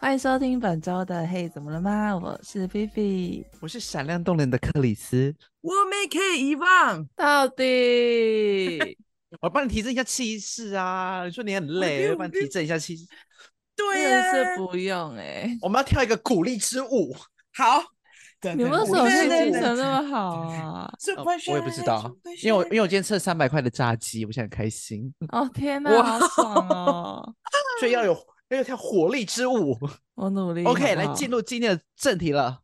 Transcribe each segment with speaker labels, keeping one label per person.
Speaker 1: 欢迎收听本周的《嘿，怎么了吗》？我是菲菲。
Speaker 2: 我是闪亮动人的克里斯，
Speaker 3: 我没可以遗忘，
Speaker 1: 到底
Speaker 2: 我帮你提振一下气势啊！你说你很累，
Speaker 3: 我
Speaker 2: 我帮你提振一下气势。
Speaker 3: 对
Speaker 1: 真的
Speaker 3: 呀，
Speaker 1: 是不用哎、
Speaker 2: 我们要跳一个鼓励之 舞，
Speaker 3: 好。
Speaker 1: 你为什
Speaker 3: 我
Speaker 1: 么
Speaker 3: 觉
Speaker 1: 可以
Speaker 3: 得
Speaker 1: 精
Speaker 3: 呢
Speaker 1: 神那么好啊？
Speaker 3: 是
Speaker 2: 呃
Speaker 3: 关系、
Speaker 2: 我也不知道，因为我因为我今天吃了三百块的炸鸡，我现在很开心，
Speaker 1: 哦天哪，好爽哦！
Speaker 2: 所以要 有要有跳火力之舞。
Speaker 1: 我努力
Speaker 2: OK，
Speaker 1: 好不
Speaker 2: 来
Speaker 1: 好
Speaker 2: 进入今天的正 题了。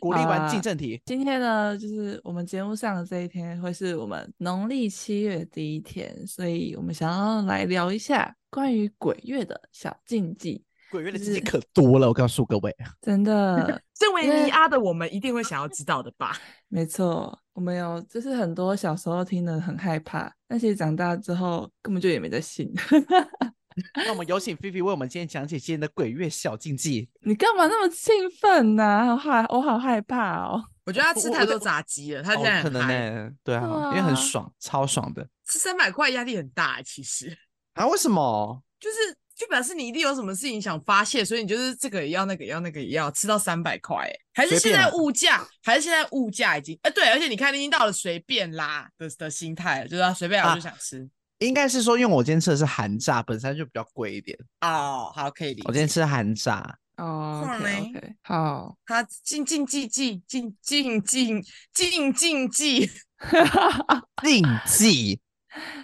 Speaker 2: 鼓励
Speaker 1: 好
Speaker 2: 完
Speaker 1: 啊
Speaker 2: 进正题，
Speaker 1: 今天呢，就是我们节目上的这一天会是我们农历七月第一天，所以我们想要来聊一下关于鬼月的小禁忌。
Speaker 2: 鬼月的
Speaker 1: 就
Speaker 2: 禁忌
Speaker 1: 是
Speaker 2: 可多了，我告诉各位。
Speaker 1: 真的，
Speaker 3: 身
Speaker 1: 因为
Speaker 3: 为尼阿的我们一定会想要知道的吧？
Speaker 1: 没错，我们有就是很多小时候听的很害怕，但其实长大之后根本就也没在信。
Speaker 2: 那我们有请菲菲为我们今天讲解今天的鬼月小禁忌。
Speaker 1: 你干嘛那么兴奋呢、我害我好害怕哦。
Speaker 3: 我觉得他吃
Speaker 2: 我
Speaker 3: 太
Speaker 2: 我
Speaker 3: 多
Speaker 2: 在
Speaker 3: 炸鸡了，他
Speaker 2: 哦
Speaker 3: 现在
Speaker 2: 可
Speaker 3: 很
Speaker 2: 能
Speaker 3: 嗨，
Speaker 2: 呢，对啊
Speaker 1: 对，
Speaker 2: 因为
Speaker 1: 啊
Speaker 2: 很爽，超爽的
Speaker 3: 吃三百块压力很大、欸其实
Speaker 2: 啊！为什么？
Speaker 3: 就是就表示你一定有什么事情想发泄，所以你就是这个也要那个也要那个也要，吃到三百块欸，还
Speaker 2: 随
Speaker 3: 是现
Speaker 2: 便啊
Speaker 3: 在
Speaker 2: 啦
Speaker 3: 物价，还是现在物价已经哎、对，而且你看你已经到了随便啦的的心态了，就是要随便我
Speaker 2: 啊
Speaker 3: 就想吃。
Speaker 2: 应该是说，因为我今天吃的是韩炸，本身就比较贵一点。
Speaker 3: 哦，好，可以理解。
Speaker 2: 我今天吃韩炸，
Speaker 1: 哦
Speaker 3: 好嘞
Speaker 1: ，OK OK，好，
Speaker 3: 他进进进进进进进进进进
Speaker 2: 禁 忌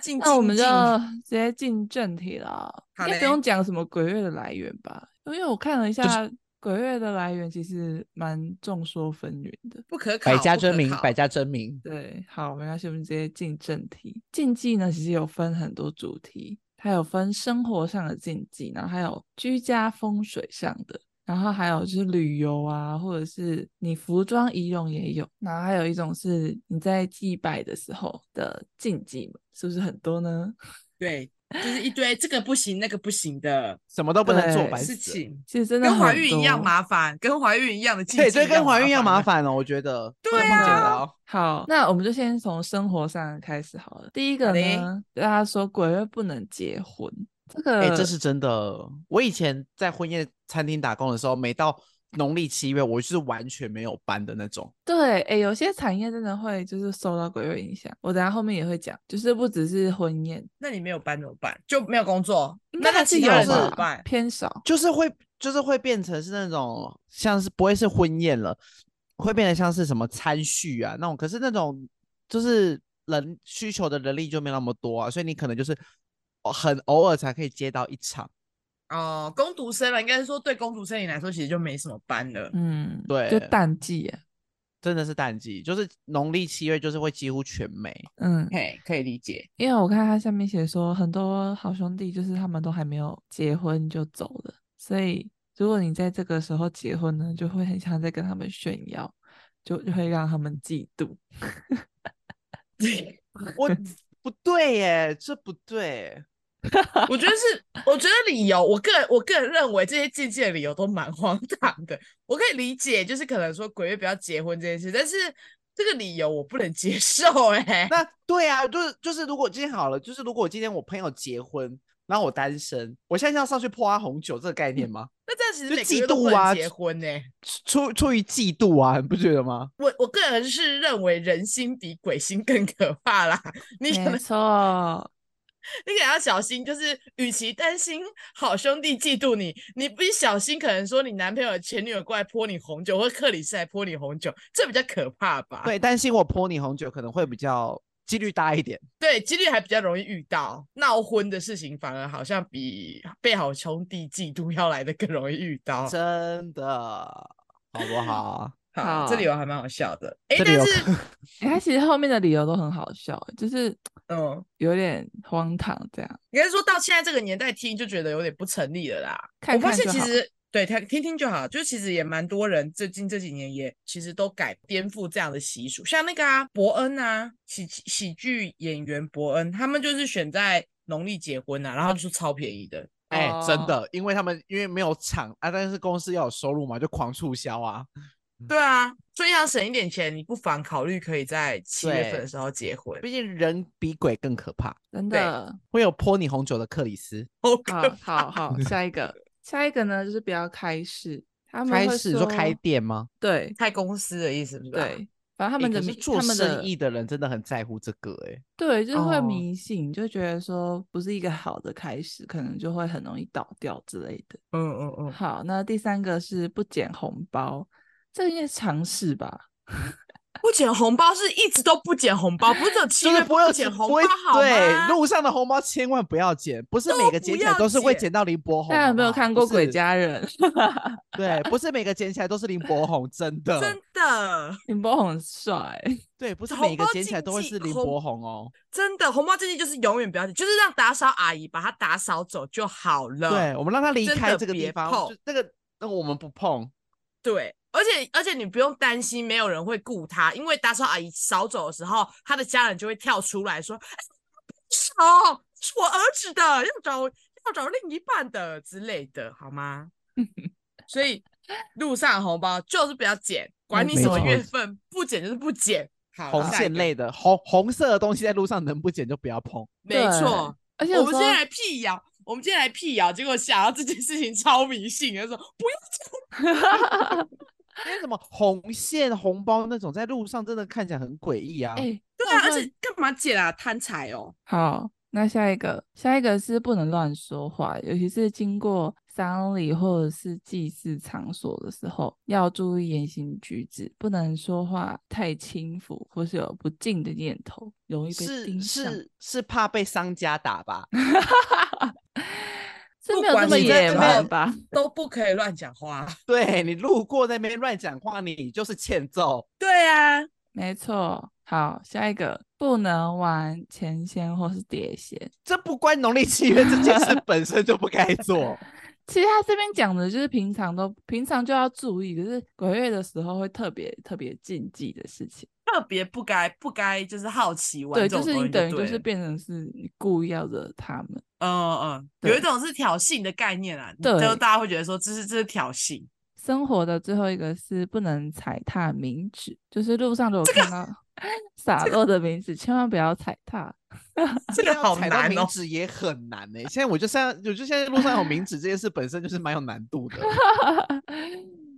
Speaker 3: 进，
Speaker 1: 那我们就
Speaker 3: 进
Speaker 1: 直接进正题了，
Speaker 3: 好
Speaker 1: 应该不
Speaker 3: 嘞
Speaker 1: 用讲什么鬼月的来源吧？因为我看了一
Speaker 2: 是
Speaker 1: 下，鬼月的来源其实蛮众说纷纭的。
Speaker 3: 不可考，
Speaker 2: 百家
Speaker 3: 不
Speaker 2: 争
Speaker 3: 可
Speaker 2: 鸣，
Speaker 3: 考
Speaker 2: 百家争鸣。
Speaker 1: 对，好，没关系，我们直接进正题。禁忌呢，其实有分很多主题，它有分生活上的禁忌，然后还有居家风水上的，然后还有就是旅游啊，或者是你服装仪容也有，然后还有一种是你在祭拜的时候的禁忌嘛，是不是很多呢？
Speaker 3: 对，就是一堆这个不行那个不行 的
Speaker 2: 什么都不能做
Speaker 1: 对，
Speaker 2: 白
Speaker 3: 事
Speaker 2: 死。
Speaker 3: 情，
Speaker 1: 其实真的
Speaker 3: 跟怀
Speaker 1: 很
Speaker 3: 孕一样
Speaker 1: 多
Speaker 3: 麻烦，跟怀孕一样的禁
Speaker 2: 对，
Speaker 3: 忌，
Speaker 2: 这跟怀孕一样麻
Speaker 3: 烦。
Speaker 2: 烦哦，我觉得。
Speaker 3: 对
Speaker 2: 不能碰
Speaker 1: 啊
Speaker 2: 剪
Speaker 3: 哦
Speaker 2: 刀
Speaker 1: 好，那我们就先从生活上开始好了。第一个
Speaker 3: 好的
Speaker 1: 呢，大家说鬼月不能结婚，这个
Speaker 2: 哎、这是真的。我以前在婚宴餐厅打工的时候，每到农历七月，我就是完全没有班的那种。
Speaker 1: 对，哎，有些产业真的会就是受到鬼月影响。我等下后面也会讲，就是不只是婚宴，
Speaker 3: 那你没有班怎么办？就没有工作，
Speaker 1: 应该
Speaker 3: 那
Speaker 1: 还
Speaker 3: 他
Speaker 1: 是
Speaker 3: 其
Speaker 1: 有
Speaker 3: 他人怎么
Speaker 1: 吧
Speaker 3: 办，？
Speaker 1: 偏少。
Speaker 2: 就是会，就是会变成是那种像是不会是婚宴了，会变得像是什么餐叙啊那种。可是那种就是人需求的人力就没那么多啊，所以你可能就是哦很偶尔才可以接到一场。
Speaker 3: 哦，工读生了，应该是说对工读生你来说，其实就没什么班了。
Speaker 1: 嗯，就
Speaker 2: 对
Speaker 1: 淡季啊。
Speaker 2: 真的是淡季，就是农历七月就是会几乎全没。
Speaker 1: 嗯，
Speaker 3: 嘿，可以 理解。
Speaker 1: 因为我看他下面写说，很多好兄弟就是他们都还没有结婚就走了，所以如果你在这个时候结婚呢，就会很想在跟他们炫耀，就就会让他们嫉 妒。
Speaker 2: 我不对耶，这不对。
Speaker 3: 我觉得是，我觉得理由，我个人我个人认为这些禁忌的理由都蛮荒唐的。我可以理解，就是可能说鬼月不要结婚这件事，但是这个理由我不能接受、哎，
Speaker 2: 那对啊，就是就是，如果今天好了，就是如果今天我朋友结婚，然后我单身，我现在要上去泼他红酒这个概念吗？
Speaker 3: 那这样其
Speaker 2: 就嫉
Speaker 3: 实每个月都不
Speaker 2: 妒
Speaker 3: 能
Speaker 2: 啊
Speaker 3: 结婚呢、
Speaker 2: 出出于嫉妒啊，你不觉得吗？
Speaker 3: 我我个人是认为人心比鬼心更可怕啦。你可能
Speaker 1: 没错，
Speaker 3: 你可能要小心，就是与其担心好兄弟嫉妒你，你不小心可能说你男朋友的前女友过来泼你红酒，或克里斯来泼你红酒，这比较可怕吧？
Speaker 2: 对，担心我泼你红酒可能会比较几率大一点。
Speaker 3: 对，几率还比较容易遇到闹婚的事情，反而好像比被好兄弟嫉妒要来的更容易遇到。
Speaker 2: 真的，好不 好？
Speaker 3: 好，
Speaker 1: 好
Speaker 3: 这理由还蛮好笑的。哎，
Speaker 2: 这里
Speaker 3: 但
Speaker 2: 有
Speaker 3: 是，
Speaker 1: 欸他其实后面的理由都很好笑，就是
Speaker 3: 嗯，
Speaker 1: 有点荒唐这样。
Speaker 3: 应该是说到现在这个年代听就觉得有点不成立了啦。
Speaker 1: 看
Speaker 3: 我发
Speaker 1: 看
Speaker 3: 现
Speaker 1: 就
Speaker 3: 其
Speaker 1: 好
Speaker 3: 实对他听听就好，就其实也蛮多人最近这几年也其实都改颠覆这样的习俗，像那个啊伯恩啊喜喜剧演员伯恩，他们就是选在农历结婚啊，然后就是超便宜的。
Speaker 2: 哎、
Speaker 1: 哦
Speaker 2: 真的，因为他们因为没有厂啊，但是公司要有收入嘛，就狂促销啊。
Speaker 3: 对啊，所以想省一点钱，你不妨考虑可以在七月份的
Speaker 2: 对
Speaker 3: 时候结婚。
Speaker 2: 毕竟人比鬼更可怕，
Speaker 1: 真
Speaker 3: 对
Speaker 1: 的。
Speaker 2: 会有泼你红酒的克里斯。
Speaker 3: 好
Speaker 1: 好
Speaker 3: 可
Speaker 1: 好好，下一个下一个呢就是不要开市，他们
Speaker 2: 开
Speaker 1: 会
Speaker 2: 始说开店吗？
Speaker 1: 对
Speaker 3: 开公司的意思是吧？，
Speaker 1: 对，反正他
Speaker 2: 他
Speaker 1: 们的
Speaker 2: 是
Speaker 1: 迷
Speaker 2: 做
Speaker 1: 他们
Speaker 2: 生
Speaker 1: 的
Speaker 2: 意的人真的很在乎这个哎、
Speaker 1: 对，就是会
Speaker 3: 哦
Speaker 1: 迷信，就觉得说不是一个好的开始，可能就会很容易倒掉之类的。
Speaker 3: 嗯嗯嗯，
Speaker 1: 好，那第三个是不捡红包，这个应该是常识吧？
Speaker 3: 不捡红包是一直都不捡红包，不是只有七
Speaker 2: 就是
Speaker 3: 月
Speaker 2: 不要
Speaker 3: 捡
Speaker 2: 不
Speaker 3: 红包
Speaker 2: 会
Speaker 3: 好
Speaker 2: 对，
Speaker 3: 吗？
Speaker 2: 路上的红包千万不要捡，不是每个捡起来
Speaker 3: 不要
Speaker 2: 都是会
Speaker 3: 捡
Speaker 2: 捡到林柏宏。
Speaker 1: 大家有没有
Speaker 2: 好不好
Speaker 1: 看过《鬼？
Speaker 2: 不是
Speaker 1: 家人》？
Speaker 2: 对，不是每个捡起来都是林柏宏，真的。
Speaker 3: 真的
Speaker 1: 林柏宏很帅，
Speaker 2: 对，不是
Speaker 3: 红
Speaker 2: 每个
Speaker 3: 包
Speaker 2: 捡起来
Speaker 3: 禁
Speaker 2: 都会
Speaker 3: 忌
Speaker 2: 是林
Speaker 3: 红
Speaker 2: 柏宏哦。
Speaker 3: 真的，红包这件就是永远不要捡，就是让打扫阿姨把它打扫走就好了。
Speaker 2: 对，我们让他离
Speaker 3: 真
Speaker 2: 开
Speaker 3: 的
Speaker 2: 这个地
Speaker 3: 别
Speaker 2: 方，
Speaker 3: 碰
Speaker 2: 就那个那个我们不碰。
Speaker 3: 对，而且而且你不用担心没有人会顾他，因为打扫阿姨扫走的时候，他的家人就会跳出来说：“哎扫、是我儿子的，要找要找另一半的之类的，好吗？” 所以路上的红包就是不要捡，管
Speaker 1: 嗯
Speaker 3: 你
Speaker 1: 没
Speaker 3: 什么
Speaker 1: 错
Speaker 3: 月份，不捡就是不捡。好，
Speaker 2: 红
Speaker 3: 下一
Speaker 2: 线
Speaker 3: 个，
Speaker 2: 类的红红色的东西在路上能不捡就不要碰。
Speaker 3: 没错。
Speaker 1: 而且
Speaker 3: 我
Speaker 1: 有
Speaker 3: 们
Speaker 1: 时
Speaker 3: 今
Speaker 1: 候
Speaker 3: 天来辟谣，我们今天来辟谣，结果想到这件事情超迷信，就说不啊要
Speaker 2: 因为什么红线、红包那种在路上真的看起来很诡异啊。
Speaker 1: 哎、
Speaker 3: 对
Speaker 1: 大
Speaker 3: 啊，
Speaker 1: 部
Speaker 3: 而
Speaker 1: 分
Speaker 3: 且干嘛捡啊？贪财哦。
Speaker 1: 好，那下一个，下一个是不能乱说话，尤其是经过丧礼或者是祭祀场所的时候，要注意言行举止，不能说话太轻浮，或是有不敬的念头，容易被盯
Speaker 2: 是
Speaker 1: 上。
Speaker 2: 是是怕被商家打吧？
Speaker 1: 是
Speaker 3: 不
Speaker 1: 没有这
Speaker 3: 管
Speaker 1: 么
Speaker 3: 你在
Speaker 1: 野
Speaker 3: 怎么
Speaker 1: 蛮吧？
Speaker 3: 都不可以乱讲话。
Speaker 2: 对你路过那边乱讲话，你就是欠揍。
Speaker 3: 对啊，
Speaker 1: 没错。好，下一个不能玩钱仙或是碟仙。
Speaker 2: 这不关农历七月这件 事本身就不该做。
Speaker 1: 其实他这边讲的就是平常都平常就要注意，可是鬼月的时候会特别特别禁忌的事情。
Speaker 3: 特别不该不该就是好奇玩
Speaker 1: 对，
Speaker 3: 这
Speaker 1: 就
Speaker 3: 种
Speaker 1: 是
Speaker 3: 东
Speaker 1: 你
Speaker 3: 西
Speaker 1: 等于
Speaker 3: 对
Speaker 1: 是
Speaker 3: 了
Speaker 1: 变成是你故意要惹他们。
Speaker 3: 嗯嗯，有一
Speaker 1: 对
Speaker 3: 种是挑衅的概念啊，
Speaker 1: 对
Speaker 3: 就大家会觉得说这是这是挑 衅，
Speaker 1: 生活的最后一个是不能踩踏冥纸，就是路上如果看 到洒落的冥纸，千万不要踩踏。
Speaker 3: 这个
Speaker 2: 要
Speaker 3: 好
Speaker 2: 踩到
Speaker 3: 难哦
Speaker 2: 名。指也很难呢、现在我就现在，我就现在路上有名指这件事本身就是蛮有难度 的。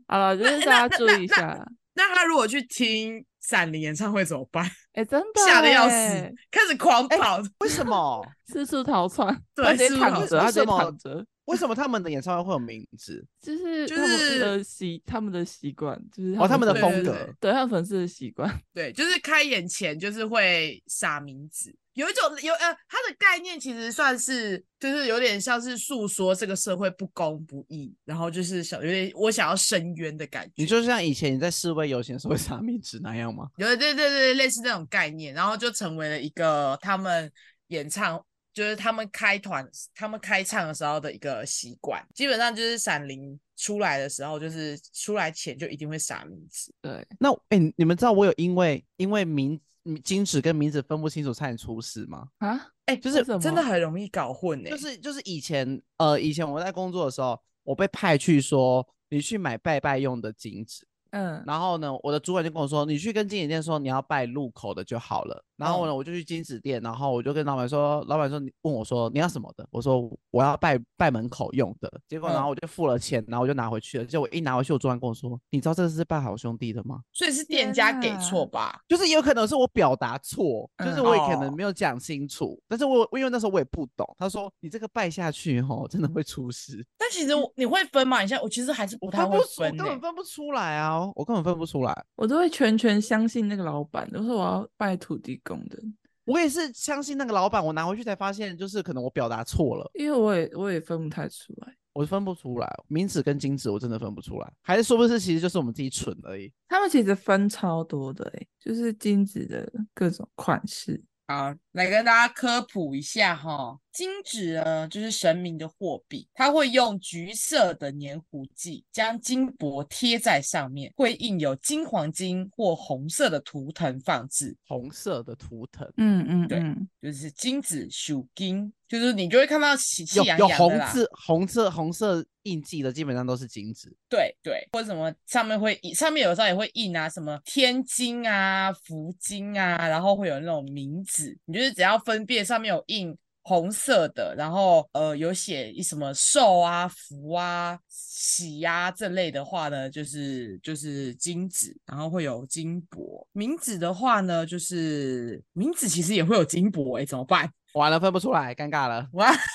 Speaker 1: 好了，就是大家注意一下啦。
Speaker 3: 那他如果去听闪灵演唱会怎么办？
Speaker 1: 哎、真的
Speaker 3: 吓得要死
Speaker 1: 欸，
Speaker 3: 开始狂
Speaker 2: 哎
Speaker 3: 跑，
Speaker 2: 为什么？
Speaker 1: 四处逃窜，
Speaker 3: 对
Speaker 1: 他直
Speaker 3: 四
Speaker 1: 接
Speaker 3: 处逃
Speaker 1: 躺着，他直接
Speaker 2: 为什么
Speaker 1: 躺着，
Speaker 2: 为什么他们的演唱会会有名字？
Speaker 1: 就是
Speaker 3: 就
Speaker 1: 他们
Speaker 3: 是
Speaker 1: 的习，他们的习惯，就是
Speaker 2: 哦，他们的
Speaker 1: 粉
Speaker 2: 风
Speaker 3: 对对
Speaker 2: 格。
Speaker 3: 对
Speaker 1: 对他们粉丝的习惯，
Speaker 3: 对，就是开演前就是会撒名字，有一种有呃，它的概念其实算是就是有点像是诉说这个社会不公不义，然后就是想有点我想要伸冤的感觉，
Speaker 2: 你就像以前你在示威游行的时候会撒名指那样吗？
Speaker 3: 有对对对，类似这种概念，然后就成为了一个他们演唱，就是他们开团、他们开唱的时候的一个习惯。基本上就是闪灵出来的时候，就是出来前就一定会撒名字。
Speaker 1: 对，
Speaker 2: 那哎、你们知道我有因为因为名金指跟名字分不清楚差点出事吗？
Speaker 1: 啊，
Speaker 3: 哎、
Speaker 2: 就是
Speaker 1: 为什
Speaker 3: 真的
Speaker 1: 么
Speaker 3: 很容易搞混哎、
Speaker 2: 就是就是以前呃以前我在工作的时候，我被派去说你去买拜拜用的金纸，
Speaker 1: 嗯，
Speaker 2: 然后呢，我的主管就跟我说，你去跟金纸店说你要拜路口的就好了。然后呢，我就去金纸店，然后我就跟老板说，老板说你问我说你要什么的，我说我要拜拜门口用的。结果然
Speaker 3: 嗯
Speaker 2: 后我就付了钱，然后我就拿回去了。结果我一拿回去，我主管跟我说，你知道这是拜好兄弟的吗？
Speaker 3: 所以是店
Speaker 1: 天
Speaker 3: 家给
Speaker 1: 啊
Speaker 3: 错吧？
Speaker 2: 就是有可能是我表达错，就是
Speaker 1: 嗯
Speaker 2: 我也可
Speaker 3: 哦
Speaker 2: 能没有讲清楚，但是我因为那时候我也不懂，他说你这个拜下去吼，真的会出事，
Speaker 3: 但其实我你会分吗？你现在我其实还是不太
Speaker 2: 分
Speaker 3: 会
Speaker 2: 不出，我
Speaker 3: 分欸
Speaker 2: 根
Speaker 3: 呢、
Speaker 2: 本分不出来啊，我根本分不出来，
Speaker 1: 我都会全权相信那个老板，都说我要拜土地公的，
Speaker 2: 我也是相信那个老板，我拿回去才发现就是可能我表达错了，
Speaker 1: 因为我也我也分不太出来，
Speaker 2: 我分不出来，名指跟金指我真的分不出来，还是说不是其实就是我们自己蠢而已，
Speaker 1: 他们其实分超多的、欸，就是金子的各种款式，
Speaker 3: 好，来跟大家科普一下哈，金纸呢就是神明的货币，它会用橘色的粘糊剂将金箔贴在上面，会印有金黄金或红色的图腾放置，
Speaker 2: 红色的图腾。
Speaker 1: 嗯嗯
Speaker 3: 对
Speaker 1: 嗯，
Speaker 3: 就是金子属金，就是你就会看到喜气
Speaker 2: 有
Speaker 3: 洋
Speaker 2: 有
Speaker 3: 洋的
Speaker 2: 红
Speaker 3: 啦。
Speaker 2: 字、红色、红色印记的，基本上都是金纸。
Speaker 3: 对对，或者什么上面会印，上面有时候也会印啊，什么天津啊、福金啊，然后会有那种名字，你就是只要分辨上面有印红色的，然后呃有写一什么寿啊、福啊、喜呀、这类的话呢，就是就是金子，然后会有金箔。冥纸的话呢，就是冥纸其实也会有金箔、欸，哎，怎么办？
Speaker 2: 完了分不出来，尴尬了。
Speaker 3: 哇！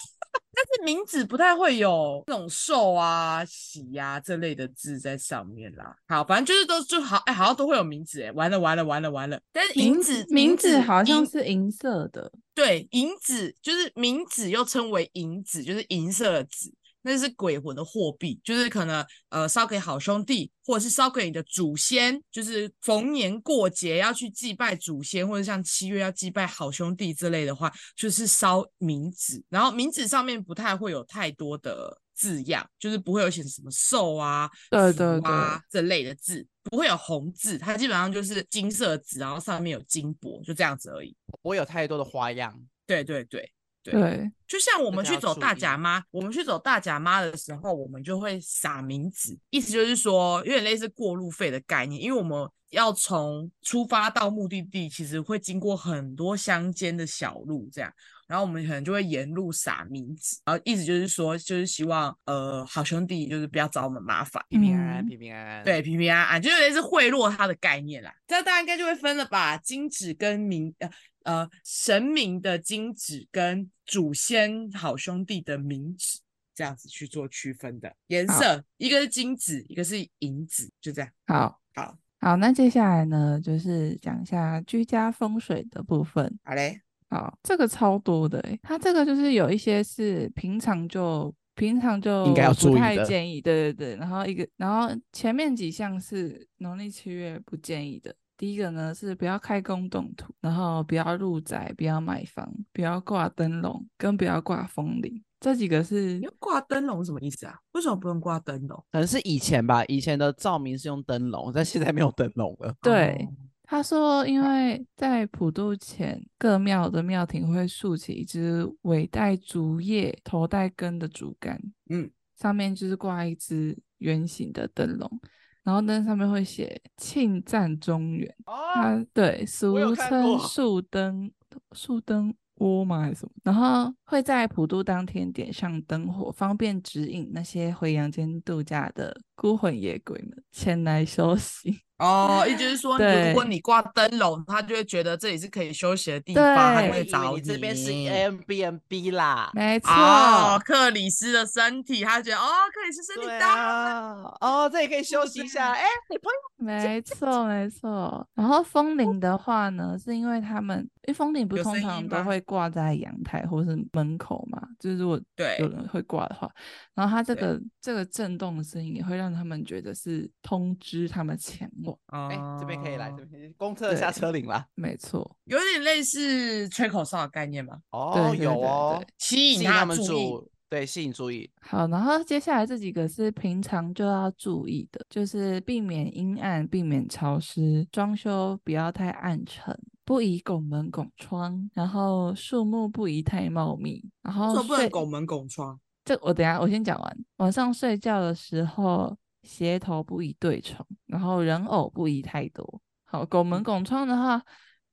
Speaker 3: 但是名字不太会有那种寿啊、喜呀、这类的字在上面啦。好，反正就是都就好，哎、好像都会有名字哎、完了完了完了完了。但是银子
Speaker 1: 名字好像
Speaker 3: 银
Speaker 1: 是银色的，
Speaker 3: 对银子，就是名子又称为银子，就是银色的子，那是鬼魂的货币，就是可能呃烧给好兄弟，或者是烧给你的祖先，就是逢年过节要去祭拜祖先，或者像七月要祭拜好兄弟之类的话，就是烧冥纸，然后冥纸上面不太会有太多的字样，就是不会有写什么寿啊、
Speaker 1: 对
Speaker 3: 福
Speaker 1: 对对
Speaker 3: 啊这类的字，不会有红字，它基本上就是金色纸，然后上面有金箔，就这样子而已。
Speaker 2: 我有太多的花样，
Speaker 3: 对对对。对
Speaker 1: 对，
Speaker 3: 就像我
Speaker 2: 这个
Speaker 3: 们去
Speaker 2: 要
Speaker 3: 走
Speaker 2: 注
Speaker 3: 大
Speaker 2: 意
Speaker 3: 甲妈，我们去走大甲妈的时候，我们就会撒冥纸，意思就是说，有点类似过路费的概念，因为我们要从出发到目的地，其实会经过很多乡间的小路，这样，然后我们可能就会沿路撒冥纸，然后意思就是说，就是希望呃好兄弟就是不要找我们麻烦，
Speaker 2: 平平安安，
Speaker 1: 嗯
Speaker 2: 平平安安。
Speaker 3: 对，，平平安安，就是类似贿赂他的概念啦。这样大家应该就会分了吧？金纸跟冥呃呃神明的金纸跟祖先好兄弟的冥纸这样子去做区分的颜
Speaker 1: 好
Speaker 3: 色，一个是金纸，一个是银纸，就这样。
Speaker 1: 好，
Speaker 3: 好，
Speaker 1: 好，那接下来呢，就是讲一下居家风水的部分。
Speaker 3: 好嘞，
Speaker 1: 好，这个超多的欸，它这个就是有一些是平常就平常就
Speaker 2: 应该要注
Speaker 1: 不
Speaker 2: 意
Speaker 1: 太
Speaker 2: 的
Speaker 1: 建议，对对对。然后一个，然后前面几项是农历七月不建议的。第一个呢是不要开工动土，然后不要入宅，不要买房，不要挂灯笼，跟不要挂风铃。这几个是
Speaker 3: 你要挂灯笼是什么意思啊？为什么不用挂灯笼？
Speaker 2: 可能是以前吧，以前的照明是用灯笼，但现在没有灯笼了。
Speaker 1: 对
Speaker 3: 哦，
Speaker 1: 他说，因为在普渡前，各庙的庙庭会竖起一只尾带竹叶、头带根的竹竿，
Speaker 3: 嗯，
Speaker 1: 上面就是挂一只圆形的灯笼，然后灯上面会写“庆赞中原”，
Speaker 3: 啊
Speaker 2: 哦，
Speaker 1: 它对
Speaker 2: 我有
Speaker 1: 俗
Speaker 2: 看
Speaker 1: 称
Speaker 2: 过
Speaker 1: 树灯树灯窝吗还是什么？然后会在普渡当天点上灯火，方便指引那些回阳间度假的孤魂野鬼们前来休息。
Speaker 3: 哦，也就是说，如果
Speaker 1: 对
Speaker 3: 你挂灯笼，他就会觉得这里是可以休息的地方，他
Speaker 1: 对
Speaker 3: 就
Speaker 2: 我
Speaker 1: 我
Speaker 3: 会
Speaker 2: 以
Speaker 3: 找
Speaker 2: 为你这边是
Speaker 3: 你
Speaker 2: M B N B 啦。
Speaker 1: 没错，
Speaker 2: 啊
Speaker 3: 哦，克里斯的身体，他觉得哦，克里斯身体
Speaker 2: 对
Speaker 3: 大好了，
Speaker 2: 啊，哦，这里可以休息一 下。哎，你朋友
Speaker 1: 没错，没错。然后风铃的话呢，是因为他们，因为风铃不
Speaker 3: 有
Speaker 1: 通
Speaker 3: 声
Speaker 1: 常
Speaker 3: 音
Speaker 1: 都
Speaker 3: 吗
Speaker 1: 会挂在阳台或是门口嘛，就是如果
Speaker 3: 对
Speaker 1: 有人会挂的话，然后它这
Speaker 3: 对
Speaker 1: 个这个震动的声音也会让他们觉得是通知他们前往。
Speaker 2: 哎，这边可以来，
Speaker 3: 哦
Speaker 2: 这边公厕下
Speaker 1: 对
Speaker 2: 车领啦。
Speaker 1: 没错，
Speaker 3: 有点类似吹口哨的概念吧，
Speaker 2: 哦，
Speaker 1: 对对
Speaker 2: 有
Speaker 1: 对
Speaker 2: 哦
Speaker 1: 对，
Speaker 3: 吸
Speaker 2: 吸
Speaker 3: 引
Speaker 2: 引
Speaker 3: 他
Speaker 2: 们
Speaker 3: 注意。
Speaker 2: 注，对，吸引注意。
Speaker 1: 好。然后接下来这几个是平常就要注意的，就是避免阴暗，避免潮湿，装修不要太暗沉。不宜拱门拱窗，然后树木不宜太茂密，然
Speaker 3: 为
Speaker 1: 后
Speaker 3: 什么不
Speaker 1: 睡
Speaker 3: 能拱门拱窗？
Speaker 1: 这我等一下我先讲完。晚上睡觉的时候，鞋头不宜对床，然后人偶不宜太多。好，拱
Speaker 2: 嗯
Speaker 1: 门拱窗的话，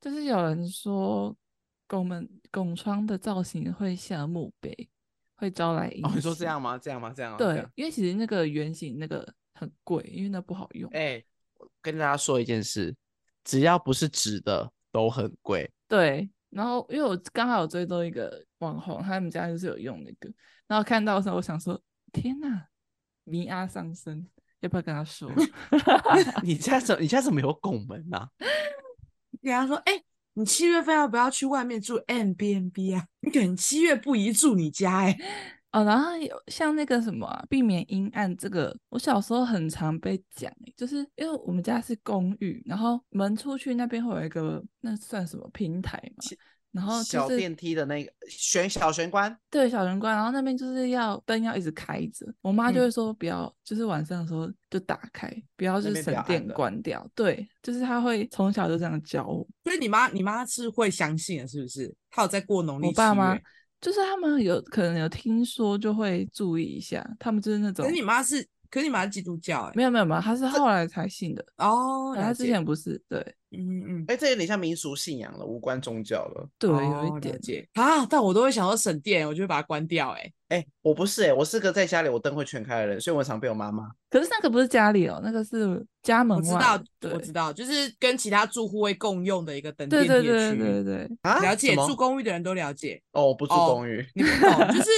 Speaker 1: 就是有人说拱门拱窗的造型会像墓碑，会招来阴。
Speaker 2: 哦，你说这？样吗？这样吗？这样啊吗？这
Speaker 1: 对
Speaker 2: 样，
Speaker 1: 因为其实那个圆形那个很贵，因为那不好用。
Speaker 2: 哎、我跟大家说一件事，只要不是纸的都很贵。
Speaker 1: 对，然后因为我刚好有追踪一个网红，他们家就是有用那个，然后看到的时候，我想说，天呐，迷阿上身，要不要跟他说？
Speaker 2: 你家怎你家怎么有拱门啊呐、
Speaker 3: 人家说，哎、你七月份要不要去外面住 M B N B 啊？你可能七月不宜住你家、欸，哎，
Speaker 1: 哦，然后有像那个什么啊、避免阴暗这个，我小时候很常被讲欸，就是因为我们家是公寓，然后门出去那边会有一个那算什么平台嘛，然后
Speaker 3: 哦
Speaker 1: 就
Speaker 2: 小
Speaker 1: 是
Speaker 2: 电梯的那个玄小玄关，
Speaker 1: 对小玄关，然后那边就是要灯要一直开着，我妈就
Speaker 3: 嗯
Speaker 1: 会说不要，就是晚上的时候就打开，不要
Speaker 2: 那
Speaker 1: 就是
Speaker 2: 边不
Speaker 1: 省
Speaker 2: 要暗
Speaker 1: 电
Speaker 2: 了
Speaker 1: 关掉，对，就是她会从小就这样教我，
Speaker 3: 所以你妈，你妈是会相信的，是不是？她有在过农历
Speaker 1: 我
Speaker 3: 七
Speaker 1: 爸妈
Speaker 3: 月，
Speaker 1: 就是他们有可能有听说就会注意一下，他们就是那种
Speaker 3: 可是你妈是，可是你妈是基督教、欸，
Speaker 1: 没有没有没有，她是后来才信的。
Speaker 3: 哎，哦，
Speaker 1: 对他
Speaker 3: 了
Speaker 1: 之
Speaker 3: 解
Speaker 1: 前不是对，
Speaker 3: 嗯嗯，
Speaker 2: 哎、这有点像民俗信仰了，无关宗教了。
Speaker 1: 对，
Speaker 3: 哦
Speaker 1: 有
Speaker 3: 了
Speaker 1: 一点。
Speaker 3: 解啊，但我都会想要省电，我就会把它关掉、欸。
Speaker 2: 哎、我不是哎、我是个在家里我灯会全开的人，所以我常被我妈骂。
Speaker 1: 可是那个不是家里哦，那个是家门
Speaker 3: 我知
Speaker 1: 外
Speaker 3: 道，
Speaker 1: 对
Speaker 3: 我知道，就是跟其他住户会共用的一个等电
Speaker 1: 对
Speaker 3: 梯的
Speaker 1: 对
Speaker 3: 区
Speaker 1: 对
Speaker 3: 域。
Speaker 1: 对对，
Speaker 2: 啊
Speaker 3: 了
Speaker 2: 什
Speaker 3: 解，
Speaker 2: 么
Speaker 3: 住公寓的人都了解，
Speaker 2: 哦，我不住
Speaker 3: 哦
Speaker 2: 公寓，
Speaker 3: 你不懂， 就是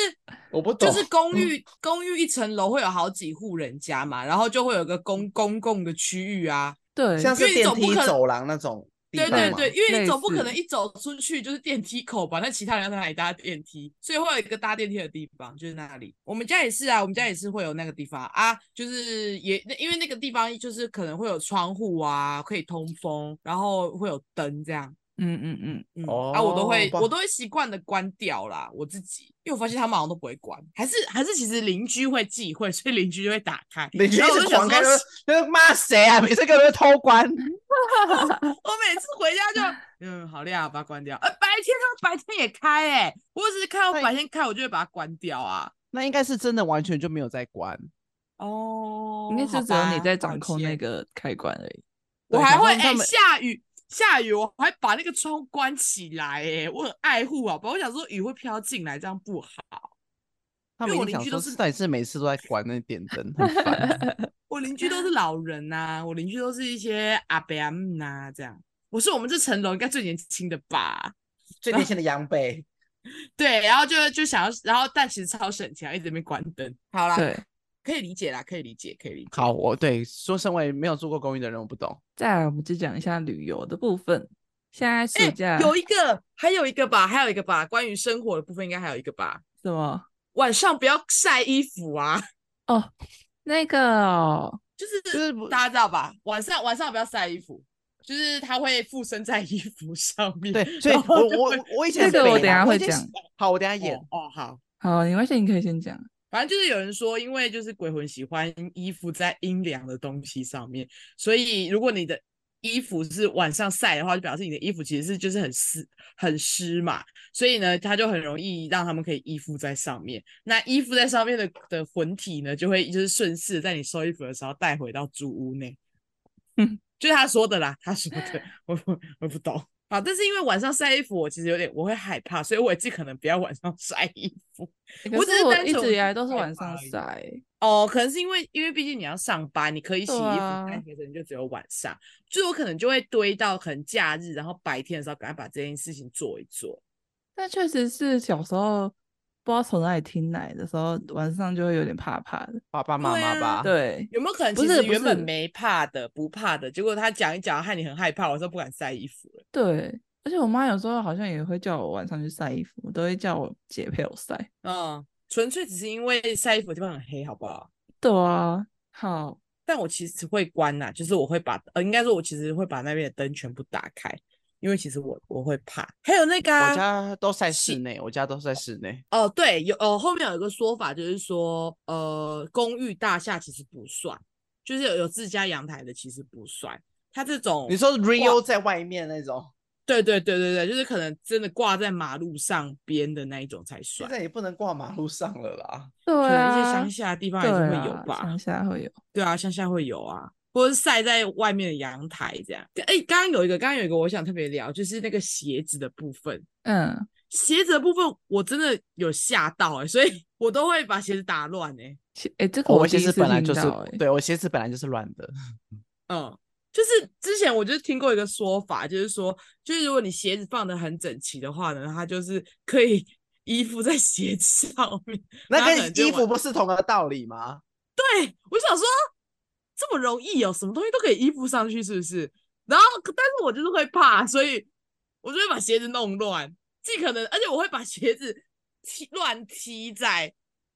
Speaker 2: 我不懂，
Speaker 3: 就是公寓，公寓一层楼会有好几户人家嘛，然后就会有个公公共的区域啊，
Speaker 1: 对，
Speaker 2: 像
Speaker 3: 因
Speaker 2: 是
Speaker 3: 为
Speaker 2: 电
Speaker 3: 总不
Speaker 2: 梯
Speaker 3: 可能
Speaker 2: 走廊那种地
Speaker 3: 对
Speaker 2: 方
Speaker 3: 对
Speaker 2: 嘛
Speaker 3: 对，因为你
Speaker 1: 类
Speaker 3: 总不可
Speaker 1: 似
Speaker 3: 能一走出去就是电梯口吧？那其他人要在哪里搭电梯？所以会有一个搭电梯的地方，就是那里。我们家也是啊，我们家也是会有那个地方啊，就是也那因为那个地方就是可能会有窗户啊，可以通风，然后会有灯这样。
Speaker 1: 嗯嗯嗯，
Speaker 3: 嗯，啊，我都会
Speaker 2: 哦，不
Speaker 3: 我都会习惯的关掉啦，我自己，因为我发现他们好像都不会关，还是还是其实邻居会忌讳， 所以邻居就会打开。
Speaker 2: 你就
Speaker 3: 然后
Speaker 2: 一
Speaker 3: 我
Speaker 2: 直
Speaker 3: 就想
Speaker 2: 狂开，就
Speaker 3: 说
Speaker 2: 是就是骂谁啊？每次给我偷关，
Speaker 1: 嗯
Speaker 3: 我每次回家 就，嗯，好亮啊，把它关掉。呃，白天他们白天也开哎、我只是看到
Speaker 2: 那
Speaker 3: 白天开，我就会把它关掉啊。
Speaker 2: 那应该是真的完全就没有在关。
Speaker 3: 哦
Speaker 1: 应该就只有你在掌控那，个开关而已。
Speaker 3: 我
Speaker 2: 对
Speaker 3: 还
Speaker 2: 然后
Speaker 3: 会
Speaker 2: 他
Speaker 3: 哎、
Speaker 2: 们
Speaker 3: 下雨下雨，我还把那个窗户关起来哎、我很爱护好吧？我想说雨会飘进来，这样不好。
Speaker 2: 他
Speaker 3: 因
Speaker 2: 们
Speaker 3: 为
Speaker 2: 一
Speaker 3: 我
Speaker 2: 定
Speaker 3: 邻
Speaker 2: 想
Speaker 3: 居都
Speaker 2: 说，
Speaker 3: 是
Speaker 2: 到底是每次都在关那点灯，很 烦。
Speaker 3: 我邻居都是老人呐、我邻居都是一些阿伯阿姆呐这样。我是我们这层楼应该最年轻的 吧？
Speaker 2: 最年轻的杨贝，
Speaker 3: 对，然后就就想要，然后但其实超省钱，一直在那边关灯。好啦，
Speaker 1: 对，
Speaker 3: 可以理解啦，可以理解，可以理解。
Speaker 2: 好，我对说，身为没有住过公寓的人，我不懂。
Speaker 1: 再来我们就讲一下旅游的部分。现在暑
Speaker 3: 哎、
Speaker 1: 假、
Speaker 3: 有一个，还有一个吧，还有一个吧，关于生活的部分应该还有一个吧。
Speaker 1: 什么？
Speaker 3: 晚上不要晒衣服啊，
Speaker 1: 哦，那个哦，
Speaker 3: 就是
Speaker 2: 就是不
Speaker 3: 大家知道吧？晚上晚上不要晒衣服，就是它会附身在衣服上面。
Speaker 2: 对，所以
Speaker 3: 然后
Speaker 2: 我
Speaker 3: 就
Speaker 2: 我
Speaker 3: 会
Speaker 2: 我以前
Speaker 1: 这
Speaker 2: 是
Speaker 1: 个我
Speaker 2: 北
Speaker 1: 等一下
Speaker 2: 南
Speaker 1: 会
Speaker 2: 以前
Speaker 1: 讲
Speaker 2: 是。好，我等一下演
Speaker 3: 哦。哦好，
Speaker 1: 好，没关系，你可以先讲。
Speaker 3: 反正就是有人说，因为就是鬼魂喜欢依附在阴凉的东西上面，所以如果你的衣服是晚上晒的话，就表示你的衣服其实是就是很湿很湿嘛，所以呢，它就很容易让他们可以依附在上面。那依附在上面的的魂体呢，就会就是顺势在你收衣服的时候带回到租屋内。
Speaker 1: 嗯，
Speaker 3: 就是他说的啦，他说的，我我我不懂。好，但是因为晚上晒衣服，我其实有点我会害怕，所以我也尽可能不要晚上 晒衣服。
Speaker 1: 欸可
Speaker 3: 我只是
Speaker 1: 我
Speaker 3: 单
Speaker 1: 一
Speaker 3: 纯
Speaker 1: 直以来都是
Speaker 3: 害
Speaker 1: 晚
Speaker 3: 怕
Speaker 1: 上
Speaker 3: 而已
Speaker 1: 晒欸，
Speaker 3: 哦，可能是因为因为毕竟你要上班，你可以洗
Speaker 1: 对
Speaker 3: 衣服，
Speaker 1: 啊
Speaker 3: 但可能就只有晚上。就是我可能就会堆到可能假日，然后白天的时候赶快把这件事情做一做。
Speaker 1: 但确实是小时候不知道从哪里听来的时候，晚上就会有点怕怕的。
Speaker 2: 爸爸妈
Speaker 3: 对
Speaker 2: 妈
Speaker 3: 啊
Speaker 2: 吧，，
Speaker 1: 对，
Speaker 3: 有没有可能
Speaker 1: 不
Speaker 3: 其
Speaker 1: 是
Speaker 3: 实
Speaker 1: 不
Speaker 3: 原本
Speaker 1: 是
Speaker 3: 没怕的、不怕的，结果他讲一讲，害你很害怕，我说不敢晒衣服了。
Speaker 1: 对，而且我妈有时候好像也会叫我晚上去晒衣服，都会叫我姐陪我晒。
Speaker 3: 嗯，纯粹只是因为晒衣服的地方很黑，好不好？
Speaker 1: 对啊，好，
Speaker 3: 但我其实会关呐、就是我会把呃，应该说我其实会把那边的灯全部打开，因为其实我我会怕。还有那个、啊，
Speaker 2: 我家都在室内，我家都在室内。
Speaker 3: 哦，对，有哦，后面有一个说法，就是说，呃，公寓大厦其实不算，就是有有自家阳台的其实不算。它这种，
Speaker 2: 你说 Rio 在外面那种，
Speaker 3: 对对对对对，就是可能真的挂在马路上边的那一种才
Speaker 2: 现
Speaker 3: 算，
Speaker 2: 在也不能挂马路上了啦。
Speaker 1: 对
Speaker 3: 可能一些
Speaker 1: 啊
Speaker 3: 乡，下的地方
Speaker 1: 对
Speaker 3: 还是会有
Speaker 1: 啦
Speaker 3: 吧。
Speaker 1: 乡下会有。
Speaker 3: 对啊，乡下会有啊，或者是晒在外面的阳台这样。哎，刚刚有一个，刚刚有一个我想特别聊，就是那个鞋子的部分。
Speaker 1: 嗯，
Speaker 3: 鞋子的部分我真的有吓到哎、所以 我都会把鞋子打乱哎、
Speaker 1: 其诶，这个
Speaker 2: 哦我
Speaker 1: 第
Speaker 2: 鞋
Speaker 1: 一
Speaker 2: 子
Speaker 1: 次
Speaker 2: 本来
Speaker 1: 听
Speaker 2: 就是
Speaker 1: 到欸，
Speaker 2: 对我鞋子本来就是乱的，
Speaker 3: 嗯，就是之前我就听过一个说法，就是说，就是如果你鞋子放的很整齐的话呢，它就是可以 依附在鞋子上面。
Speaker 2: 那
Speaker 3: 它可能
Speaker 2: 跟
Speaker 3: 就
Speaker 2: 衣
Speaker 3: 完
Speaker 2: 服不是同个道理吗？
Speaker 3: 对我想说，这么容易哦，什么东西都可以依附上去，是不是？然后，但是我就是会怕，所以我就会把鞋子弄乱，尽可能，而且我会把鞋子踢乱踢在。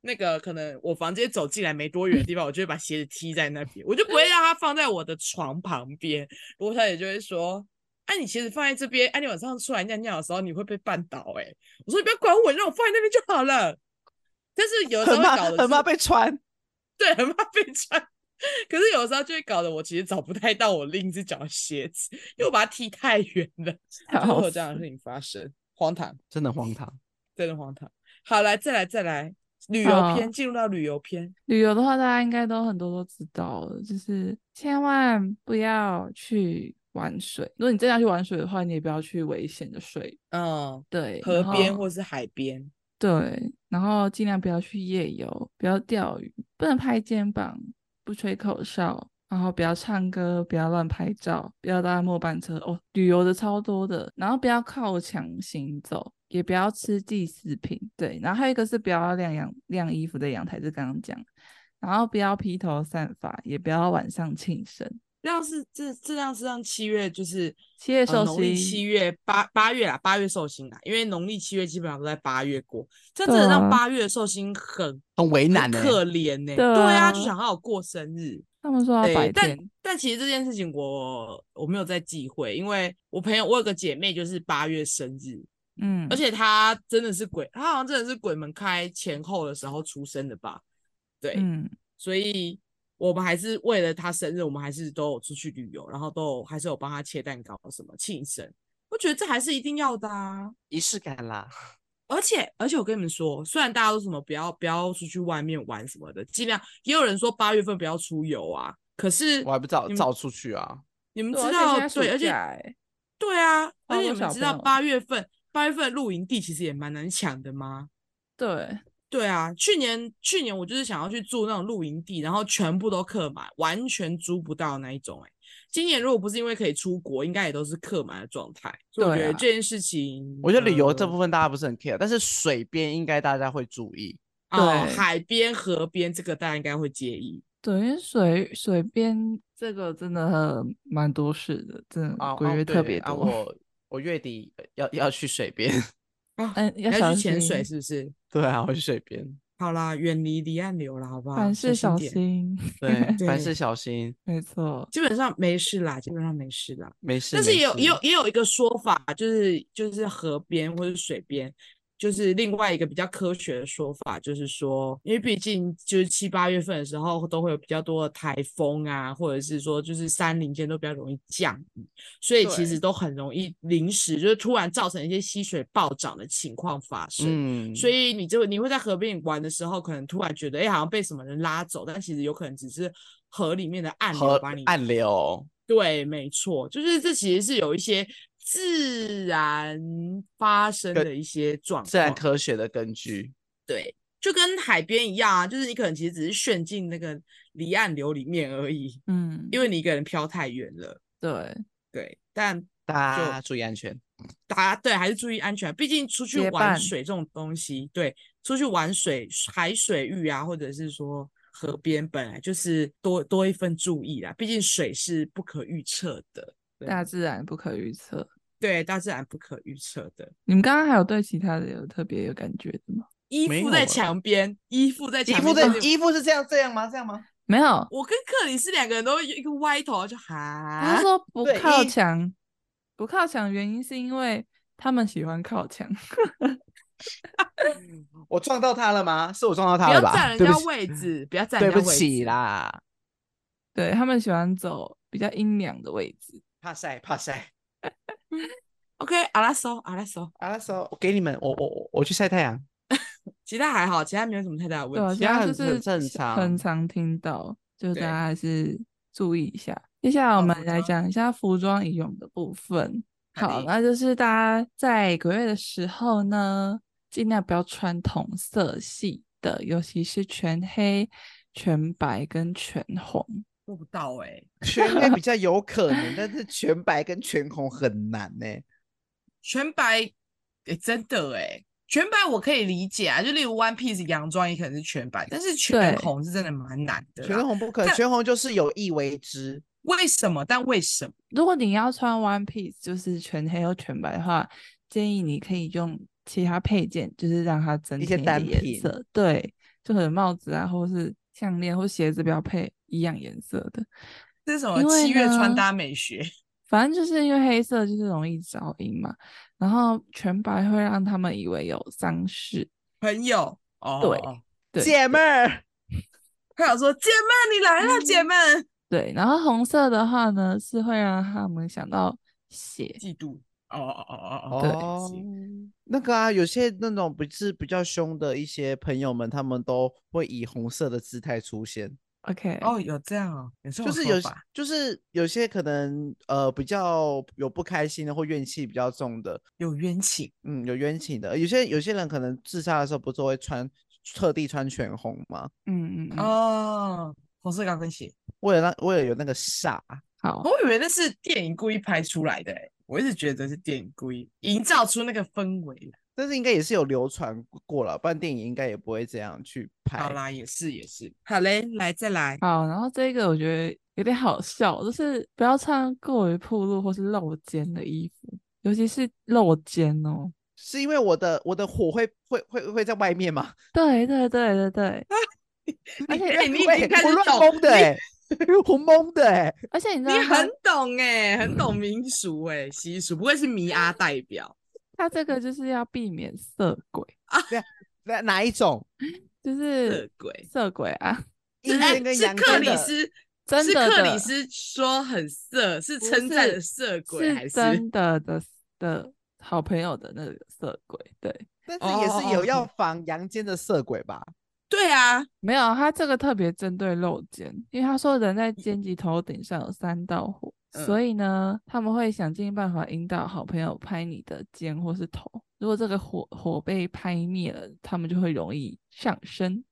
Speaker 3: 那个可能我房间走进来没多远的地方，我就会把鞋子踢在那边，我就不会让它放在我的床旁边。不过他也就会说：“哎、你鞋子放在这边，哎、你晚上出来尿尿的时候你会被绊倒。”哎，我说你不要管我，你让我放在那边就好了。但是有的时
Speaker 2: 很
Speaker 3: 候
Speaker 2: 怕
Speaker 3: 搞的
Speaker 2: 很怕
Speaker 3: 是
Speaker 2: 被穿。
Speaker 3: 对，很怕被穿。可是有时候就会搞得我其实找不太到我另一只脚的鞋子，因为我把它踢太远了，就是会有这样的事情发生，荒唐，
Speaker 2: 真的荒唐。
Speaker 3: 真的荒唐。好，来，再来，再来，旅游
Speaker 1: 好
Speaker 3: 篇，进入到旅游篇。
Speaker 1: 旅游的话，大家应该都很多都知道了，就是千万不要去玩水。如果你真的要去玩水的话，你也不要去危险的水，
Speaker 3: 嗯，
Speaker 1: 对，
Speaker 3: 河
Speaker 1: 然
Speaker 3: 边
Speaker 1: 后
Speaker 3: 或是海边，
Speaker 1: 对，然后尽量不要去夜游，不要钓鱼，不能拍肩膀，不吹口哨，然后不要唱歌，不要乱拍照，不要搭末班车哦，旅游的超多的，然后不要靠墙行走，也不要吃祭祀品，对，然后还有一个是不要晾阳晾衣服的阳台，是刚刚讲，然后不要披头散发，也不要晚上庆生，
Speaker 3: 这样是这这样是让七月就是
Speaker 1: 七月
Speaker 3: 呃
Speaker 1: 寿
Speaker 3: 农历七
Speaker 1: 星，
Speaker 3: 月八八月啦，八月寿星啦，因为农历七月基本上都在八月过，这真
Speaker 1: 对
Speaker 3: 的让
Speaker 1: 啊
Speaker 3: 八月的寿星很
Speaker 2: 很为难欸的、
Speaker 3: 很可怜呢、
Speaker 1: 对
Speaker 3: 对啊，就
Speaker 1: 啊
Speaker 3: 想好好过生日。
Speaker 1: 他们说要
Speaker 3: 对，
Speaker 1: 白
Speaker 3: 但
Speaker 1: 天，
Speaker 3: 但其实这件事情我我没有在忌讳，因为我朋友我有个姐妹就是八月生日，
Speaker 1: 嗯，
Speaker 3: 而且她真的是鬼，她好像真的是鬼门开前后的时候出生的吧？对，
Speaker 1: 嗯，
Speaker 3: 所以我们还是为了她生日，我们还是都有出去旅游，然后都有还是有帮她切蛋糕什么庆生，我觉得这还是一定要的啊。
Speaker 2: 仪式感啦。
Speaker 3: 而且而且我跟你们说，虽然大家都什么不要不要出去外面玩什么的，尽量也有人说八月份不要出游啊，可是
Speaker 2: 我还不 早
Speaker 3: 你们
Speaker 2: 早出去啊，
Speaker 3: 你们
Speaker 1: 对
Speaker 3: 知
Speaker 1: 而且现
Speaker 3: 道
Speaker 1: 在
Speaker 3: 对，
Speaker 1: 暑
Speaker 3: 而且
Speaker 1: 假欸
Speaker 3: 对啊，而
Speaker 1: 超
Speaker 3: 且
Speaker 1: 多
Speaker 3: 你们
Speaker 1: 小
Speaker 3: 知道
Speaker 1: 朋友
Speaker 3: 八月份八月份露营地其实也蛮难抢的吗？
Speaker 1: 对，
Speaker 3: 对啊，去年去年我就是想要去住那种露营地，然后全部都客满，完全租不到那一种、欸。哎，今年如果不是因为可以出国，应该也都是客满的状态。所以我
Speaker 1: 对
Speaker 3: 觉得
Speaker 1: 啊
Speaker 3: 这件事情，
Speaker 2: 我觉得旅游这
Speaker 3: 呃
Speaker 2: 部分大家不是很 care，但是水边应该大家会注意。
Speaker 3: 哦，
Speaker 1: 对
Speaker 3: 海边、河边这个大家应该会介意。
Speaker 1: 对，因为水水边这个真的蛮多事的，真
Speaker 2: 啊
Speaker 3: 哦
Speaker 1: 的鬼月特别
Speaker 2: 啊、
Speaker 1: 多。
Speaker 2: 我我月底呃要要去水边，
Speaker 3: 啊，
Speaker 1: 嗯，
Speaker 3: 你
Speaker 1: 要
Speaker 3: 要
Speaker 1: 小
Speaker 3: 去潜
Speaker 1: 心，
Speaker 3: 水是不是？
Speaker 2: 对啊，我去水边，
Speaker 3: 好啦，远离离岸流了，好不好？
Speaker 1: 凡事小
Speaker 3: 点。
Speaker 1: 心。
Speaker 2: 对，凡
Speaker 3: 对
Speaker 2: 事小心，
Speaker 1: 没错，
Speaker 3: 基本上没事啦，基本上没事啦。
Speaker 2: 没事。
Speaker 3: 但是
Speaker 2: 没
Speaker 3: 也有也
Speaker 2: 事
Speaker 3: 有也有一个说法，就是就是河边或者水边，就是另外一个比较科学的说法，就是说，因为毕竟就是七八月份的时候都会有比较多的台风啊，或者是说就是山林间都比较容易降雨，所以其
Speaker 1: 对
Speaker 3: 实都很容易临时就是突然造成一些溪水暴涨的情况发生。
Speaker 2: 嗯，
Speaker 3: 所以你就你会在河边玩的时候，可能突然觉得，哎、好像被什么人拉走，但其实有可能只是河里面的暗流
Speaker 2: 河
Speaker 3: 把你。
Speaker 2: 暗流，
Speaker 3: 对，没错，就是这其实是有一些自然发生
Speaker 2: 跟
Speaker 3: 的一些状
Speaker 2: 自然
Speaker 3: 况，
Speaker 2: 科学的根据。
Speaker 3: 对，就跟海边一样啊，就是你可能其实只是炫进那个离岸流里面而已，
Speaker 1: 嗯，
Speaker 3: 因为你一个人飘太远了，
Speaker 1: 对，
Speaker 3: 对，但。
Speaker 2: 大家注意安全。
Speaker 3: 大家对还是注意安全，啊毕竟出去
Speaker 1: 结
Speaker 3: 玩
Speaker 1: 伴
Speaker 3: 水这种东西，对，出去玩水海水浴啊，或者是说河边，本来就是多多一份注意啦。毕竟水是不可预测的，对
Speaker 1: 大自然不可预测。
Speaker 3: 对大自然不可预测的。
Speaker 1: 你们刚刚还有对其他的有特别有感觉的吗？
Speaker 3: 依
Speaker 2: 没
Speaker 3: 附
Speaker 2: 有
Speaker 3: 在
Speaker 2: 啊
Speaker 3: 墙边，依附在
Speaker 2: 衣
Speaker 3: 墙
Speaker 2: 服
Speaker 3: 边。
Speaker 2: 的
Speaker 3: 就是
Speaker 2: 衣服是这样这样吗？这样吗？
Speaker 1: 没有，
Speaker 3: 我跟克里斯两个人都一个歪头，就
Speaker 1: 他
Speaker 3: 哈，
Speaker 1: 说不
Speaker 2: 对
Speaker 1: 靠
Speaker 2: 一
Speaker 1: 墙，不靠墙原因是因为他们喜欢靠墙，
Speaker 2: 我撞到他了吗？是我撞到
Speaker 3: 不
Speaker 2: 他
Speaker 3: 要
Speaker 2: 了吧？
Speaker 3: 占人
Speaker 2: 对不
Speaker 3: 家
Speaker 2: 起
Speaker 3: 位置，不要占
Speaker 2: 对
Speaker 3: 人家
Speaker 2: 不
Speaker 3: 位置。
Speaker 2: 起啦，
Speaker 1: 对他们喜欢走比较阴凉的位置。
Speaker 2: 怕晒怕晒。
Speaker 3: OK，阿拉索，阿拉索，
Speaker 2: 啊，那时候我给你们，我我我我去晒太阳。
Speaker 3: 其他还好，其他没有什么太大的
Speaker 1: 对啊，现
Speaker 3: 问题。
Speaker 2: 这
Speaker 1: 在
Speaker 2: 样
Speaker 1: 就
Speaker 2: 很
Speaker 1: 是
Speaker 2: 正
Speaker 1: 是
Speaker 2: 常
Speaker 1: 很常听到，就是大
Speaker 3: 对
Speaker 1: 家还是注意一下。接下来我
Speaker 3: 好
Speaker 1: 们
Speaker 3: 服
Speaker 1: 来
Speaker 3: 装
Speaker 1: 讲一下服装仪容的部分。
Speaker 3: 好
Speaker 1: 好，
Speaker 3: 的
Speaker 1: 那就是大家在鬼月的时候呢，尽量不要穿同色系的，尤其是全黑、全白跟全红。
Speaker 3: 做不到哎、
Speaker 2: 全黑比较有可能，但是全白跟全红很难呢、
Speaker 3: 全白，哎、真的哎、全白我可以理解啊，就例如 One Piece 洋装也可能是全白，但是全
Speaker 1: 对
Speaker 3: 红是真的蛮难的
Speaker 2: 全
Speaker 3: 啦。
Speaker 2: 红不可能，
Speaker 3: 但
Speaker 2: 全红就是有意为之。
Speaker 3: 为什么？但为什么？
Speaker 1: 如果你要穿 one piece，就是全黑或全白的话，建议你可以用其他配件，就是让它增
Speaker 2: 一些
Speaker 1: 添
Speaker 2: 单
Speaker 1: 颜
Speaker 2: 品
Speaker 1: 色。对，就可能帽子啊，或是项链或鞋子不要配一样颜色的。
Speaker 3: 这是什么
Speaker 1: 因为
Speaker 3: 七月穿
Speaker 1: 呢
Speaker 3: 搭美学？
Speaker 1: 反正就是因为黑色就是容易招阴嘛，然后全白会让他们以为有丧事。
Speaker 3: 朋友哦，
Speaker 1: 对
Speaker 3: 哦
Speaker 1: 对
Speaker 2: 姐妹儿，
Speaker 3: 他有说：“姐妹，你
Speaker 1: 嗯
Speaker 3: 来了，姐妹。
Speaker 1: 对，然后红色的话呢，是会让他们想到血。
Speaker 3: 嫉妒。哦哦哦
Speaker 1: 对
Speaker 2: 哦，那个啊，有些那种不是比较凶的一些朋友们，他们都会以红色的姿态出现。
Speaker 1: OK，
Speaker 3: 哦，有这样哦，也是
Speaker 2: 就是有些就是有些可能呃比较有不开心的或怨气比较重的，
Speaker 3: 有冤情，
Speaker 2: 嗯，有冤情的。有些有些人可能自杀的时候不是会穿特地穿全红吗？
Speaker 1: 嗯嗯嗯，
Speaker 3: 哦，红色高跟鞋。
Speaker 2: 为了让为了有那个煞，
Speaker 1: 好，
Speaker 3: 我以为那是电影故意拍出来的、欸，我一直觉得是电影故意营造出那个氛围。
Speaker 2: 但是应该也是有流传过了，不然电影应该也不会这样去拍。
Speaker 3: 好啦，也是也是。好嘞，来再来。
Speaker 1: 好，然后这个我觉得有点好笑，就是不要穿过于暴露或是露肩的衣服，尤其是露肩哦。
Speaker 2: 是因为我的我的火会会会会在外面吗？
Speaker 1: 对对对对 对，而 且
Speaker 3: 哎你已
Speaker 2: 喂
Speaker 3: 经开始
Speaker 2: 我乱
Speaker 3: 懂
Speaker 2: 蒙的
Speaker 3: 你
Speaker 2: 哎、 我蒙的哎、
Speaker 1: 而且你知
Speaker 3: 你
Speaker 1: 道他
Speaker 3: 很懂哎、很
Speaker 1: 嗯
Speaker 3: 懂民俗哎、习俗，不愧是迷阿代表。
Speaker 1: 他这个就是要避免色鬼，
Speaker 2: 哪哪一种？
Speaker 1: 就是
Speaker 3: 色鬼，
Speaker 1: 色鬼啊，
Speaker 2: 阴
Speaker 3: 哎
Speaker 2: 间跟
Speaker 3: 是
Speaker 2: 阳
Speaker 3: 克
Speaker 2: 间
Speaker 3: 里
Speaker 2: 的
Speaker 3: 斯，
Speaker 1: 真
Speaker 3: 是
Speaker 1: 的
Speaker 3: 克里
Speaker 1: 的
Speaker 3: 斯说很色，是
Speaker 1: 不
Speaker 3: 称赞
Speaker 1: 是
Speaker 3: 的色鬼还
Speaker 1: 是
Speaker 3: 是？
Speaker 1: 真的的的好朋友的那个色鬼，对，
Speaker 2: 但是也是
Speaker 3: 哦哦
Speaker 2: 有
Speaker 3: 哦
Speaker 2: 要防阳间的色鬼吧？
Speaker 3: 对啊，
Speaker 1: 没有他这个特别针对露肩，因为他说人
Speaker 3: 嗯
Speaker 1: 在肩及头顶上有三道火，所以呢他们会想尽办法引导好朋友拍你的肩或是头，如果这个火火被拍灭了，他们就会容易上升。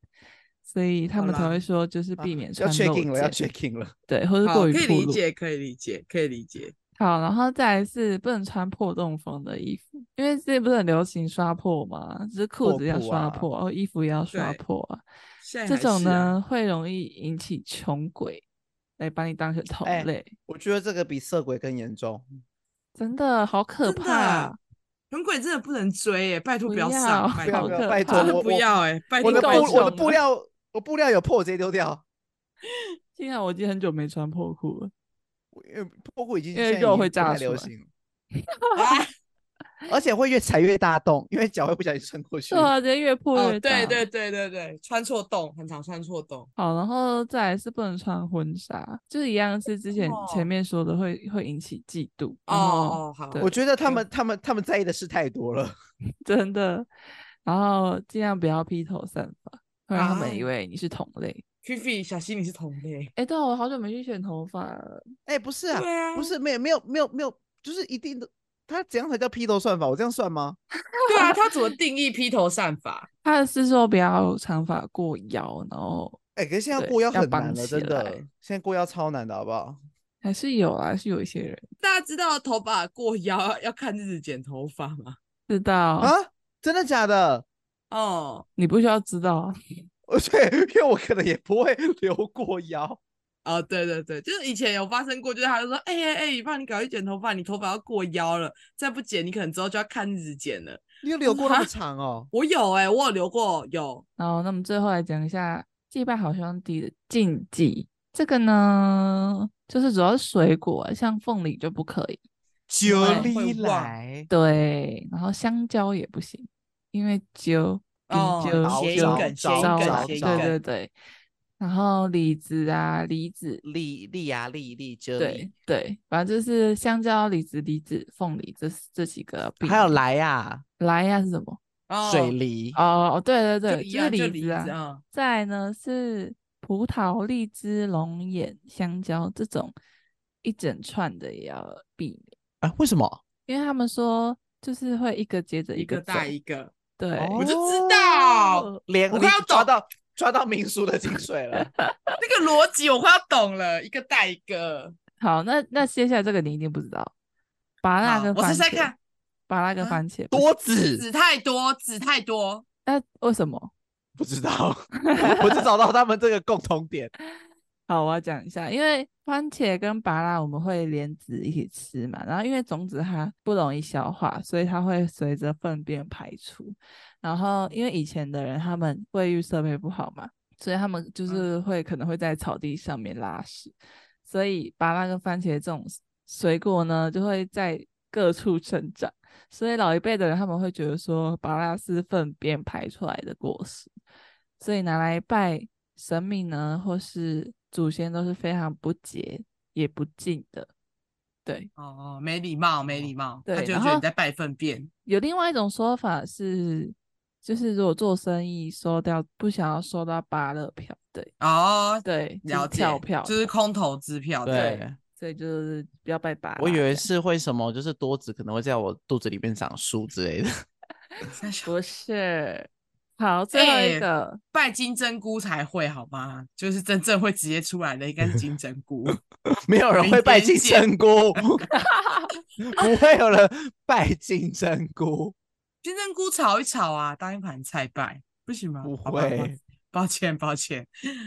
Speaker 1: 所以他
Speaker 3: 好
Speaker 1: 们才
Speaker 3: 啦
Speaker 1: 会说，就是
Speaker 2: 啊
Speaker 1: 避免
Speaker 2: 要
Speaker 1: 穿露
Speaker 2: checking
Speaker 1: 肩，
Speaker 2: 了，要 checking 了。
Speaker 1: 对，或是
Speaker 3: 好，
Speaker 1: 过于
Speaker 3: 可以
Speaker 1: 暴
Speaker 3: 理
Speaker 1: 露
Speaker 3: 解，可以理解，可以理解。
Speaker 1: 好，然后再来是不能穿破洞风的衣服，因为这不是很流行刷破嘛，只是裤
Speaker 2: 破
Speaker 1: 子要
Speaker 2: 裤
Speaker 1: 刷
Speaker 2: 啊
Speaker 1: 破，然后衣服也要刷
Speaker 3: 对
Speaker 1: 破啊。
Speaker 3: 现在
Speaker 1: 这
Speaker 3: 还
Speaker 1: 种
Speaker 3: 是啊，
Speaker 1: 呢会容易引起穷鬼来把你当成同
Speaker 2: 哎
Speaker 1: 类，
Speaker 2: 我觉得这个比色鬼更严重。
Speaker 1: 真的好可
Speaker 3: 真的
Speaker 1: 怕。啊
Speaker 3: 穷鬼真的不能追耶，拜托
Speaker 1: 不
Speaker 3: 要
Speaker 1: 要
Speaker 3: 上，
Speaker 1: 不
Speaker 3: 拜
Speaker 2: 不要
Speaker 1: 好可怕
Speaker 2: 不要，拜托我
Speaker 3: 托真的不
Speaker 2: 我
Speaker 3: 要哎，拜
Speaker 2: 我的
Speaker 3: 托
Speaker 2: 布
Speaker 3: 拜
Speaker 1: 够
Speaker 2: 我
Speaker 3: 托
Speaker 2: 的
Speaker 1: 重
Speaker 2: 布
Speaker 1: 了
Speaker 2: 料我布料有破，我直接丢掉。
Speaker 1: 现在我已经很久没穿破裤了，
Speaker 2: 我因为破裤已经
Speaker 1: 因为
Speaker 2: 现在已
Speaker 1: 肉
Speaker 2: 经
Speaker 1: 会
Speaker 2: 不
Speaker 1: 炸
Speaker 2: 太
Speaker 1: 出
Speaker 2: 流
Speaker 1: 来
Speaker 2: 行了，
Speaker 3: 啊！
Speaker 2: 而且会越踩越大洞，因为脚会不小心穿过去
Speaker 1: 对。啊，直接越破
Speaker 3: 哦，
Speaker 1: 越大。
Speaker 3: 对对对对对，穿错洞，很常穿错洞。
Speaker 1: 好，然后再来是不能穿婚纱，就是一样是之前
Speaker 3: 哦
Speaker 1: 前面说的会会引起嫉妒。
Speaker 3: 哦
Speaker 1: 然后
Speaker 3: 哦，好，
Speaker 1: 对
Speaker 2: 我觉得他
Speaker 3: 哎
Speaker 2: 们他们他们在意的事太多了。
Speaker 1: 真的。然后尽量不要披头散发，会让他们以
Speaker 3: 啊
Speaker 1: 为你是同类。
Speaker 3: Fifi 小心你是同类。
Speaker 1: 哎、对、啊，我好久没去剪头发了。
Speaker 2: 哎、不是啊，
Speaker 3: 对啊，
Speaker 2: 不是没有没有没有没有，就是一定的。他怎样才叫披头算法？我这样算吗？
Speaker 3: 对啊，他怎么定义披头散发？
Speaker 1: 他的是说不要长发过腰，然后
Speaker 2: 哎、可是现在
Speaker 1: 对
Speaker 2: 过腰
Speaker 1: 要
Speaker 2: 很
Speaker 1: 绑
Speaker 2: 难了，
Speaker 1: 起
Speaker 2: 真的
Speaker 1: 来。
Speaker 2: 现在过腰超难的，好不好？
Speaker 1: 还是有啊，还是有一些人
Speaker 3: 大家知道头发过腰要看日子剪头发吗？
Speaker 1: 知道，
Speaker 2: 啊，真的假的？
Speaker 3: 哦
Speaker 1: 你不需要知道啊。
Speaker 2: 哦，对，因为我 可能也不会 留过腰。
Speaker 3: 哦，对对对，就是以前有发生过，就是他就说，哎哎哎，以放你赶快去剪头发，你头发要过腰了，再不剪你可能之后就要看日子剪了。
Speaker 2: 你有留
Speaker 3: 是
Speaker 2: 过那么
Speaker 3: 哈
Speaker 2: 长哦？
Speaker 3: 我有哎、我有留过有，
Speaker 1: 然后，那我们最后来讲一下祭拜好兄弟的禁忌。这个呢，就是主要是水果啊，像凤梨就不可以，
Speaker 2: 九
Speaker 1: 会
Speaker 2: 里
Speaker 3: 忘
Speaker 2: 来，
Speaker 1: 对，然后香蕉也不行，因为揪比
Speaker 3: 哦
Speaker 1: 揪
Speaker 3: 谐音
Speaker 1: 揪
Speaker 3: 梗谐
Speaker 1: 招
Speaker 3: 音梗
Speaker 1: 招
Speaker 3: 谐
Speaker 1: 对
Speaker 3: 音梗
Speaker 1: 对对，然后李子啊，梨子，
Speaker 2: 力力啊力力遮
Speaker 1: 对对，反正就是香蕉、李子、梨子、凤梨这四这几个要避免。
Speaker 2: 力，还有来啊，
Speaker 1: 来呀是什么？
Speaker 3: 哦
Speaker 2: 水梨，
Speaker 1: 哦，对对
Speaker 3: 就
Speaker 1: 对，
Speaker 3: 一
Speaker 1: 就是
Speaker 3: 样就
Speaker 1: 梨
Speaker 3: 梨
Speaker 1: 子啊。
Speaker 3: 啊，
Speaker 1: 再来呢是葡萄、荔枝、龙眼、香蕉这种一整串的也要避免，
Speaker 2: 啊，为什么？
Speaker 1: 因为他们说就是会一个接着
Speaker 3: 一个
Speaker 1: 个
Speaker 3: 大
Speaker 1: 走
Speaker 3: 一个，
Speaker 1: 对，
Speaker 3: 我就知道
Speaker 2: 哦连
Speaker 3: 我
Speaker 2: 你
Speaker 3: 快要
Speaker 2: 抓
Speaker 3: 懂
Speaker 2: 到抓到民俗的精髓了。
Speaker 3: 那个逻辑我快要懂了，一个带一个，
Speaker 1: 好，那那接下来这个你一定不知道，芭辣
Speaker 3: 好
Speaker 1: 跟
Speaker 3: 我
Speaker 1: 番
Speaker 3: 试试
Speaker 1: 茄，
Speaker 3: 看，
Speaker 1: 芭辣跟
Speaker 3: 啊
Speaker 1: 番茄不行，
Speaker 2: 多子
Speaker 3: 籽太多，籽太多，
Speaker 1: 那为什么？
Speaker 2: 不知道，我只找到他们这个共同点。
Speaker 1: 好，我要讲一下，因为番茄跟芭拉我们会连籽一起吃嘛，然后因为种子它不容易消化，所以它会随着粪便排出。然后因为以前的人他们卫浴设备不好嘛，所以他们就是会可能会在草地上面拉屎，所以芭拉跟番茄这种 s- 水果呢就会在各处生长。所以老一辈的人他们会觉得说芭拉是粪便排出来的果实，所以拿来拜神明呢，或是祖先都是非常不洁也不敬的。对，
Speaker 3: 哦，没礼貌，没礼貌，他
Speaker 1: 对
Speaker 3: 就
Speaker 1: 然
Speaker 3: 觉得
Speaker 1: 后
Speaker 3: 你在拜粪便，
Speaker 1: 有另外一种说法是，就是如果做生意收掉不想要收到芭乐票，
Speaker 3: 哦，
Speaker 1: 对，就是
Speaker 3: 了解，
Speaker 1: 跳票，
Speaker 3: 就是空头支票，
Speaker 1: 对
Speaker 2: 对
Speaker 1: 所以就是不要拜把。
Speaker 2: 我以为，是会什么，就是多子可能会在我肚子里面长树之类的。
Speaker 3: 三小
Speaker 1: 不是。好，最后
Speaker 3: 哎
Speaker 1: 一个，
Speaker 3: 拜金针菇才会好吗？就是真正会直接出来的一根金针菇。
Speaker 2: 没有人
Speaker 3: 明
Speaker 2: 会拜
Speaker 3: 天
Speaker 2: 金
Speaker 3: 见
Speaker 2: 针菇，不会有人拜金针菇，
Speaker 3: 金针菇炒一炒啊，当一盘菜拜，不行吗？
Speaker 2: 不
Speaker 3: 好吧抱
Speaker 2: 会
Speaker 3: 抱歉，抱歉。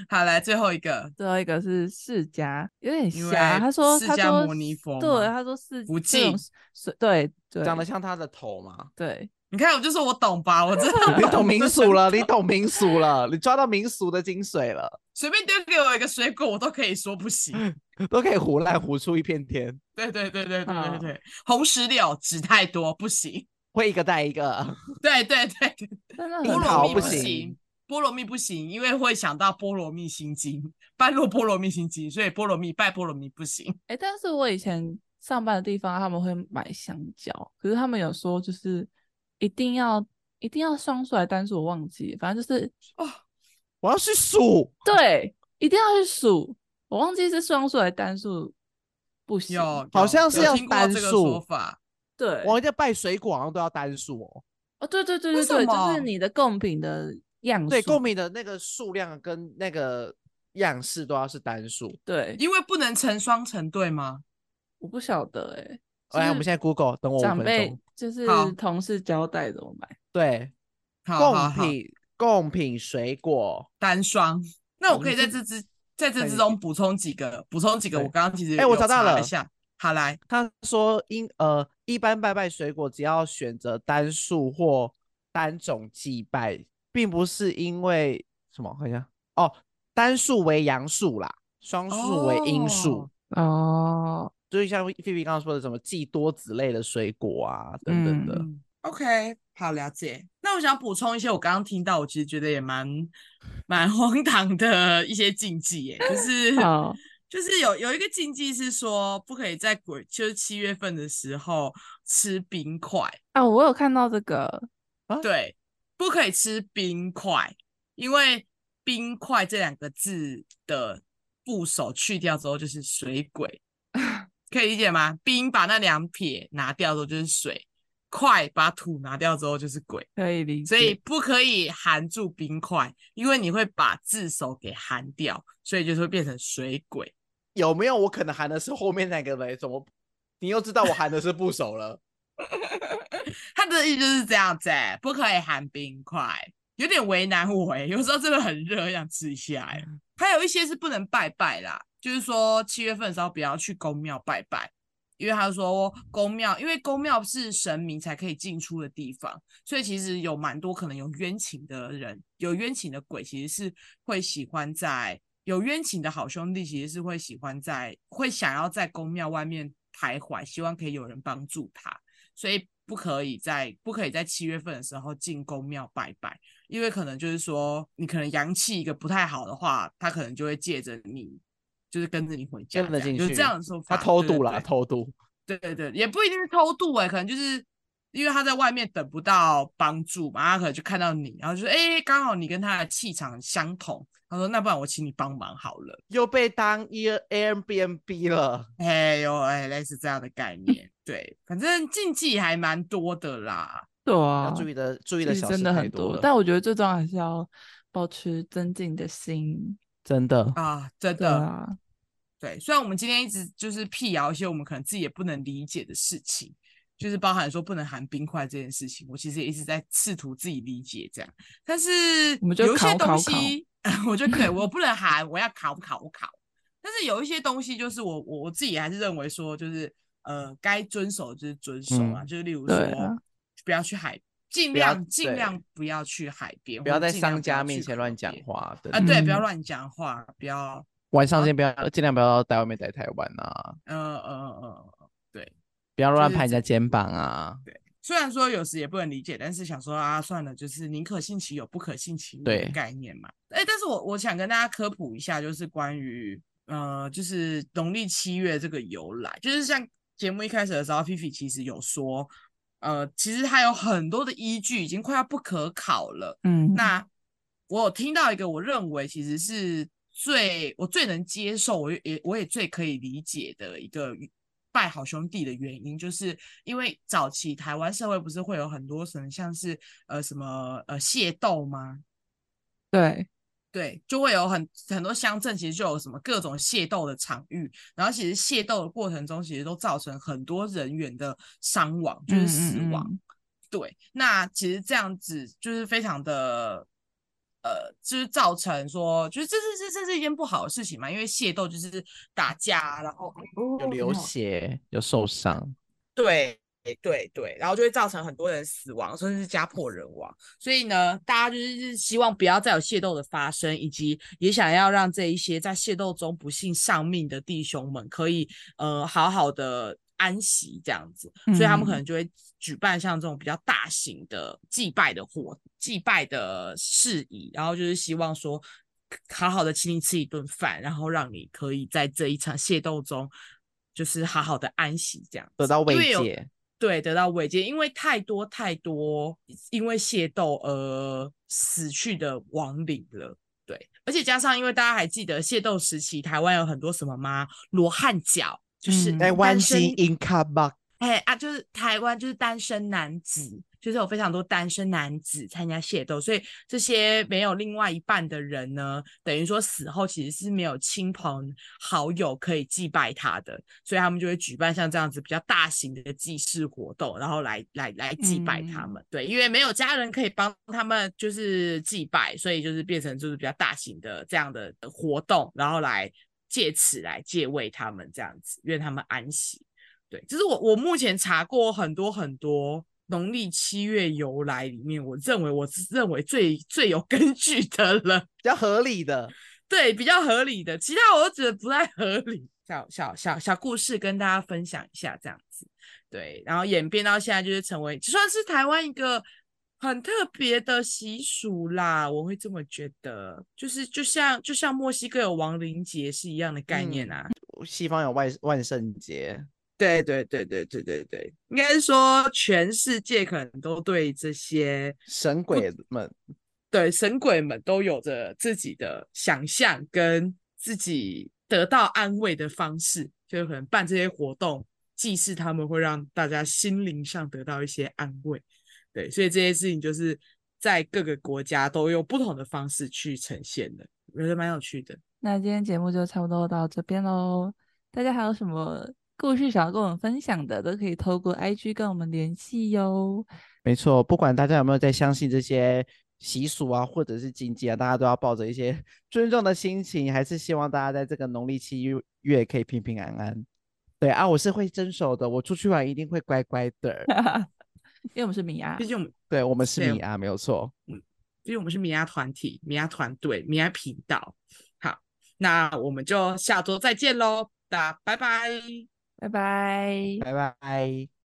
Speaker 3: 好，来最后一个，
Speaker 1: 最后一个是释迦，有点
Speaker 3: 因
Speaker 1: 瞎。
Speaker 3: 为
Speaker 1: 他说，
Speaker 3: 释
Speaker 1: 他
Speaker 3: 迦
Speaker 1: 说
Speaker 3: 牟尼佛
Speaker 1: 对，
Speaker 3: 嘛
Speaker 1: 他说释
Speaker 3: 不
Speaker 1: 这种
Speaker 3: 敬
Speaker 1: 是是对对，？
Speaker 2: 长得像他的头嘛
Speaker 1: 对，
Speaker 3: 你看我就说我懂吧，我真的
Speaker 2: 你懂民俗
Speaker 1: 哦
Speaker 2: 了，你懂民俗了，你抓到民俗的精髓了，
Speaker 3: 随便丢给我一个水果，我都可以说不行。
Speaker 2: 都可以胡乱胡出一片天，
Speaker 3: 对对对对对对
Speaker 1: 好
Speaker 3: 对，红石榴籽太多不行。
Speaker 2: 会一个带一个。
Speaker 3: 对对对对，
Speaker 1: 真的
Speaker 2: 樱
Speaker 3: 菠
Speaker 1: 很
Speaker 3: 萝
Speaker 2: 桃嗯
Speaker 3: 蜜
Speaker 2: 不行
Speaker 3: 行，菠萝蜜不行，因为会想到菠萝蜜心经，拜落菠萝蜜心经，所以菠萝蜜拜菠萝蜜不行。
Speaker 1: 哎、但是我以前上班的地方他们会买香蕉，可是他们有说就是一定要一定要双数还是单数，我忘记了，反正就是
Speaker 2: 我要去数，
Speaker 1: 对，一定要去数，我忘记是双数还是单数，不行。
Speaker 3: 有，
Speaker 2: 好
Speaker 3: 有
Speaker 2: 像 是
Speaker 3: 有
Speaker 2: 要
Speaker 3: 听过
Speaker 2: 单
Speaker 3: 这个
Speaker 2: 数
Speaker 3: 说法，
Speaker 1: 对，
Speaker 2: 我一定要拜水果，好像都要单数哦。
Speaker 1: 哦，对对对
Speaker 3: 为
Speaker 1: 对
Speaker 3: 什
Speaker 1: 对，就
Speaker 3: 么
Speaker 1: 是你的贡品的样数，
Speaker 2: 对，贡品的那个数量跟那个样式都要是单数。
Speaker 1: 对，
Speaker 3: 因为不能成双成对吗？
Speaker 1: 我不晓得哎、
Speaker 2: 来，
Speaker 1: 就
Speaker 2: 我们
Speaker 1: 是
Speaker 2: 现在 Google，等我五
Speaker 1: 长
Speaker 2: 分
Speaker 1: 辈
Speaker 2: 钟。
Speaker 1: 就是
Speaker 3: 好
Speaker 1: 同事交代怎么买，
Speaker 2: 对，
Speaker 3: 好好
Speaker 2: 贡
Speaker 3: 好，
Speaker 2: 品贡品水果。
Speaker 3: 单双。那我
Speaker 2: 我
Speaker 3: 可以
Speaker 2: 们
Speaker 3: 在
Speaker 2: 哦是
Speaker 3: 这之在这
Speaker 2: 可
Speaker 3: 之
Speaker 2: 以
Speaker 3: 中补充几个，补充几个。
Speaker 2: 对
Speaker 3: 我刚刚其实
Speaker 2: 哎我
Speaker 3: 有
Speaker 2: 找到
Speaker 3: 查
Speaker 2: 了
Speaker 3: 一下，好来，
Speaker 2: 他说因呃，一般拜拜水果只要选择单数或单种祭拜，并不是因为什么？我看一下哦，单数为阳数啦，双数为阴数。
Speaker 3: 哦
Speaker 1: 哦，
Speaker 2: 就是像菲菲刚刚说的，什么祭多子类的水果啊，等等的。
Speaker 3: 嗯，OK，好了解。那我想补充一些我刚刚听到，我其实觉得也蛮蛮荒唐的一些禁忌耶，就是
Speaker 1: 好，
Speaker 3: 就是有有一个禁忌是说不可以在鬼就是七月份的时候吃冰块，
Speaker 1: 啊，我有看到这个，
Speaker 3: 对，不可以吃冰块，因为冰块这两个字的部首去掉之后就是水鬼，可以理解吗？冰把那两撇拿掉之后就是水，块把土拿掉之后就是鬼，
Speaker 1: 可以理解，
Speaker 3: 所以不可以含住冰块，因为你会把字首给含掉，所以就是会变成水鬼。
Speaker 2: 有没有我可能含的是后面那个嘞？怎么你又知道我含的是不熟了？
Speaker 3: 他的意思就是这样子、欸，不可以含冰块，有点为难我哎、有时候真的很热，想吃一下哎、还有一些是不能拜拜啦，就是说七月份的时候不要去公庙拜拜，因为他说公庙，因为公庙是神明才可以进出的地方，所以其实有蛮多可能有冤情的人，有冤情的鬼其实是会喜欢在有冤情的好兄弟其实是会喜欢在会想要在公庙外面徘徊，希望可以有人帮助他。所以不可以在不可以在七月份的时候进宫庙拜拜，因为可能就是说你可能阳气一个不太好的话，他可能就会借着你，就是跟着你回家
Speaker 2: 跟得
Speaker 3: 这
Speaker 2: 进
Speaker 3: 样，就是
Speaker 2: 去
Speaker 3: 这样的说法。
Speaker 2: 他偷
Speaker 3: 对
Speaker 2: 渡啦，，偷渡。
Speaker 3: 对对对对，也不一定是偷渡哎、可能就是因为他在外面等不到帮助嘛，他可能就看到你，然后就说哎，刚、好你跟他的气场相同，他说那不然我请你帮忙好了。
Speaker 2: 又被当 Air Airbnb 了。
Speaker 3: 哎呦，哎，类似这样的概念，对，反正禁忌还蛮多的啦。
Speaker 1: 对
Speaker 2: 要
Speaker 1: 啊，
Speaker 2: 注意的，注意
Speaker 1: 其
Speaker 2: 的
Speaker 1: 实
Speaker 2: 小
Speaker 1: 真
Speaker 2: 事
Speaker 1: 的
Speaker 2: 太
Speaker 1: 很
Speaker 2: 多了，
Speaker 1: 但我觉得最重要还是要保持增进的心，
Speaker 2: 真的
Speaker 3: 啊，真
Speaker 1: 对
Speaker 3: 的，
Speaker 1: 啊，
Speaker 3: 对，虽然我们今天一直就是辟谣一些我们可能自己也不能理解的事情，就是包含说不能含冰块这件事情，我其实也一直在试图自己理解这样，但是
Speaker 1: 我们就
Speaker 3: 有一些
Speaker 1: 考考
Speaker 3: 东
Speaker 1: 考
Speaker 3: 西， 我就对我不能含，我要考考考。但是有一些东西，就是我我我自己还是认为说，就是呃，该遵守就是遵守啊，
Speaker 2: 嗯
Speaker 3: 就是例如
Speaker 1: 对
Speaker 3: 说
Speaker 1: 啊，
Speaker 3: 不要去海，尽
Speaker 2: 不要
Speaker 3: 量尽
Speaker 2: 对
Speaker 3: 量不要去海边，
Speaker 2: 不要
Speaker 3: 或者
Speaker 2: 在
Speaker 3: 尽量
Speaker 2: 商
Speaker 3: 不要
Speaker 2: 家面
Speaker 3: 去
Speaker 2: 前
Speaker 3: 河
Speaker 2: 乱讲
Speaker 3: 边
Speaker 2: 话。对
Speaker 3: 啊，对，啊不要
Speaker 1: 嗯
Speaker 3: 乱讲话，不要。
Speaker 2: 晚上先不要，尽量不要在外面，在台湾啊，
Speaker 3: 呃呃呃，对，
Speaker 2: 不要乱
Speaker 3: 就是
Speaker 2: 拍人
Speaker 3: 这
Speaker 2: 家肩膀啊。
Speaker 3: 虽然说有时也不能理解，但是想说啊，算了，就是宁可信其有，不可信其无的
Speaker 2: 对
Speaker 3: 概念嘛。哎、但是我我想跟大家科普一下，就是关于呃，就是农历七月这个由来，就是像节目一开始的时候，Fifi 其实有说，呃，其实它有很多的依据，已经快要不可考了。
Speaker 1: 嗯，
Speaker 3: 那我有听到一个，我认为其实是最我最能接受，我也我也最可以理解的一个拜好兄弟的原因，就是因为早期台湾社会不是会有很多什么像是呃什么呃械斗吗？
Speaker 1: 对，
Speaker 3: 对，就会有很很多乡镇其实就有什么各种械斗的场域，然后其实械斗的过程中，其实都造成很多人员的伤亡，就是
Speaker 1: 嗯
Speaker 3: 死
Speaker 1: 嗯嗯
Speaker 3: 亡。对，那其实这样子就是非常的，呃，就是造成说，就是这是这这是一件不好的事情嘛，因为械斗就是打架，啊然后
Speaker 2: 有流血，有受伤。
Speaker 3: 对对对，然后就会造成很多人死亡，甚至是家破人亡。所以呢，大家就是希望不要再有械斗的发生，以及也想要让这一些在械斗中不幸丧命的弟兄们可以呃好好的安息这样子。所以他们可
Speaker 1: 嗯
Speaker 3: 能就会举办像这种比较大型的祭拜的活祭拜的事宜，然后就是希望说好好的请你吃一顿饭，然后让你可以在这一场械斗中。就是好好的安息这样子，
Speaker 2: 得到
Speaker 3: 因为
Speaker 2: 慰
Speaker 3: 有
Speaker 2: 藉。
Speaker 3: 对，得到慰藉，因为太多太多因为械斗而死去的亡灵了。对，而且加上因为大家还记得械斗时期，台湾有很多什么吗？罗汉脚，就是
Speaker 1: 嗯
Speaker 2: 哎，
Speaker 3: 单
Speaker 2: 弯
Speaker 3: 身
Speaker 2: 心 in c a b a
Speaker 3: 哎啊，就是台湾就是单身男子，就是有非常多单身男子参加械斗，所以这些没有另外一半的人呢，等于说死后其实是没有亲朋好友可以祭拜他的，所以他们就会举办像这样子比较大型的祭祀活动，然后来来来祭拜他
Speaker 1: 嗯
Speaker 3: 们。对，因为没有家人可以帮他们就是祭拜，所以就是变成就是比较大型的这样的活动，然后来借此来借慰他们这样子，愿他们安息。对，这是我我目前查过很多很多农历七月由来里面，我认为我是认为最最有根据的了，
Speaker 2: 比较合理的。
Speaker 3: 对，比较合理的，其他我都觉得不太合理。小小小小故事跟大家分享一下，这样子，对，然后演变到现在就是成为算是台湾一个很特别的习俗啦，我会这么觉得，就是就像就像墨西哥有亡灵节是一样的概念
Speaker 2: 嗯
Speaker 3: 啊，
Speaker 2: 西方有万万圣节，
Speaker 3: 对对对对对对对，应该是说全世界可能都对这些
Speaker 2: 神鬼们
Speaker 3: 对神鬼们都有着自己的想象跟自己得到安慰的方式，就是可能办这些活动祭祀他们，会让大家心灵上得到一些安慰。对，所以这些事情就是在各个国家都用不同的方式去呈现的，我觉得蛮有趣的。
Speaker 1: 那今天节目就差不多到这边喽。大家还有什么故事想要跟我们分享的，都可以透过 IG 跟我们联系哟。。
Speaker 2: 没错，不管大家有没有在相信这些习俗啊，或者是禁忌啊，大家都要抱着一些 尊重的心情，还是希望大家在这个农历七月月可以平平安安。对啊，我是会遵守的，我出去玩一定会乖乖的
Speaker 1: 因为我们是米娅
Speaker 3: 毕，竟我们，
Speaker 2: 对我们是
Speaker 3: 对
Speaker 2: 米啊，没有错。
Speaker 3: 毕竟我们是米娅团体、米娅团队、米娅频道。好，那我们就下周再见喽，大家拜拜。
Speaker 1: 拜拜。
Speaker 2: 拜拜。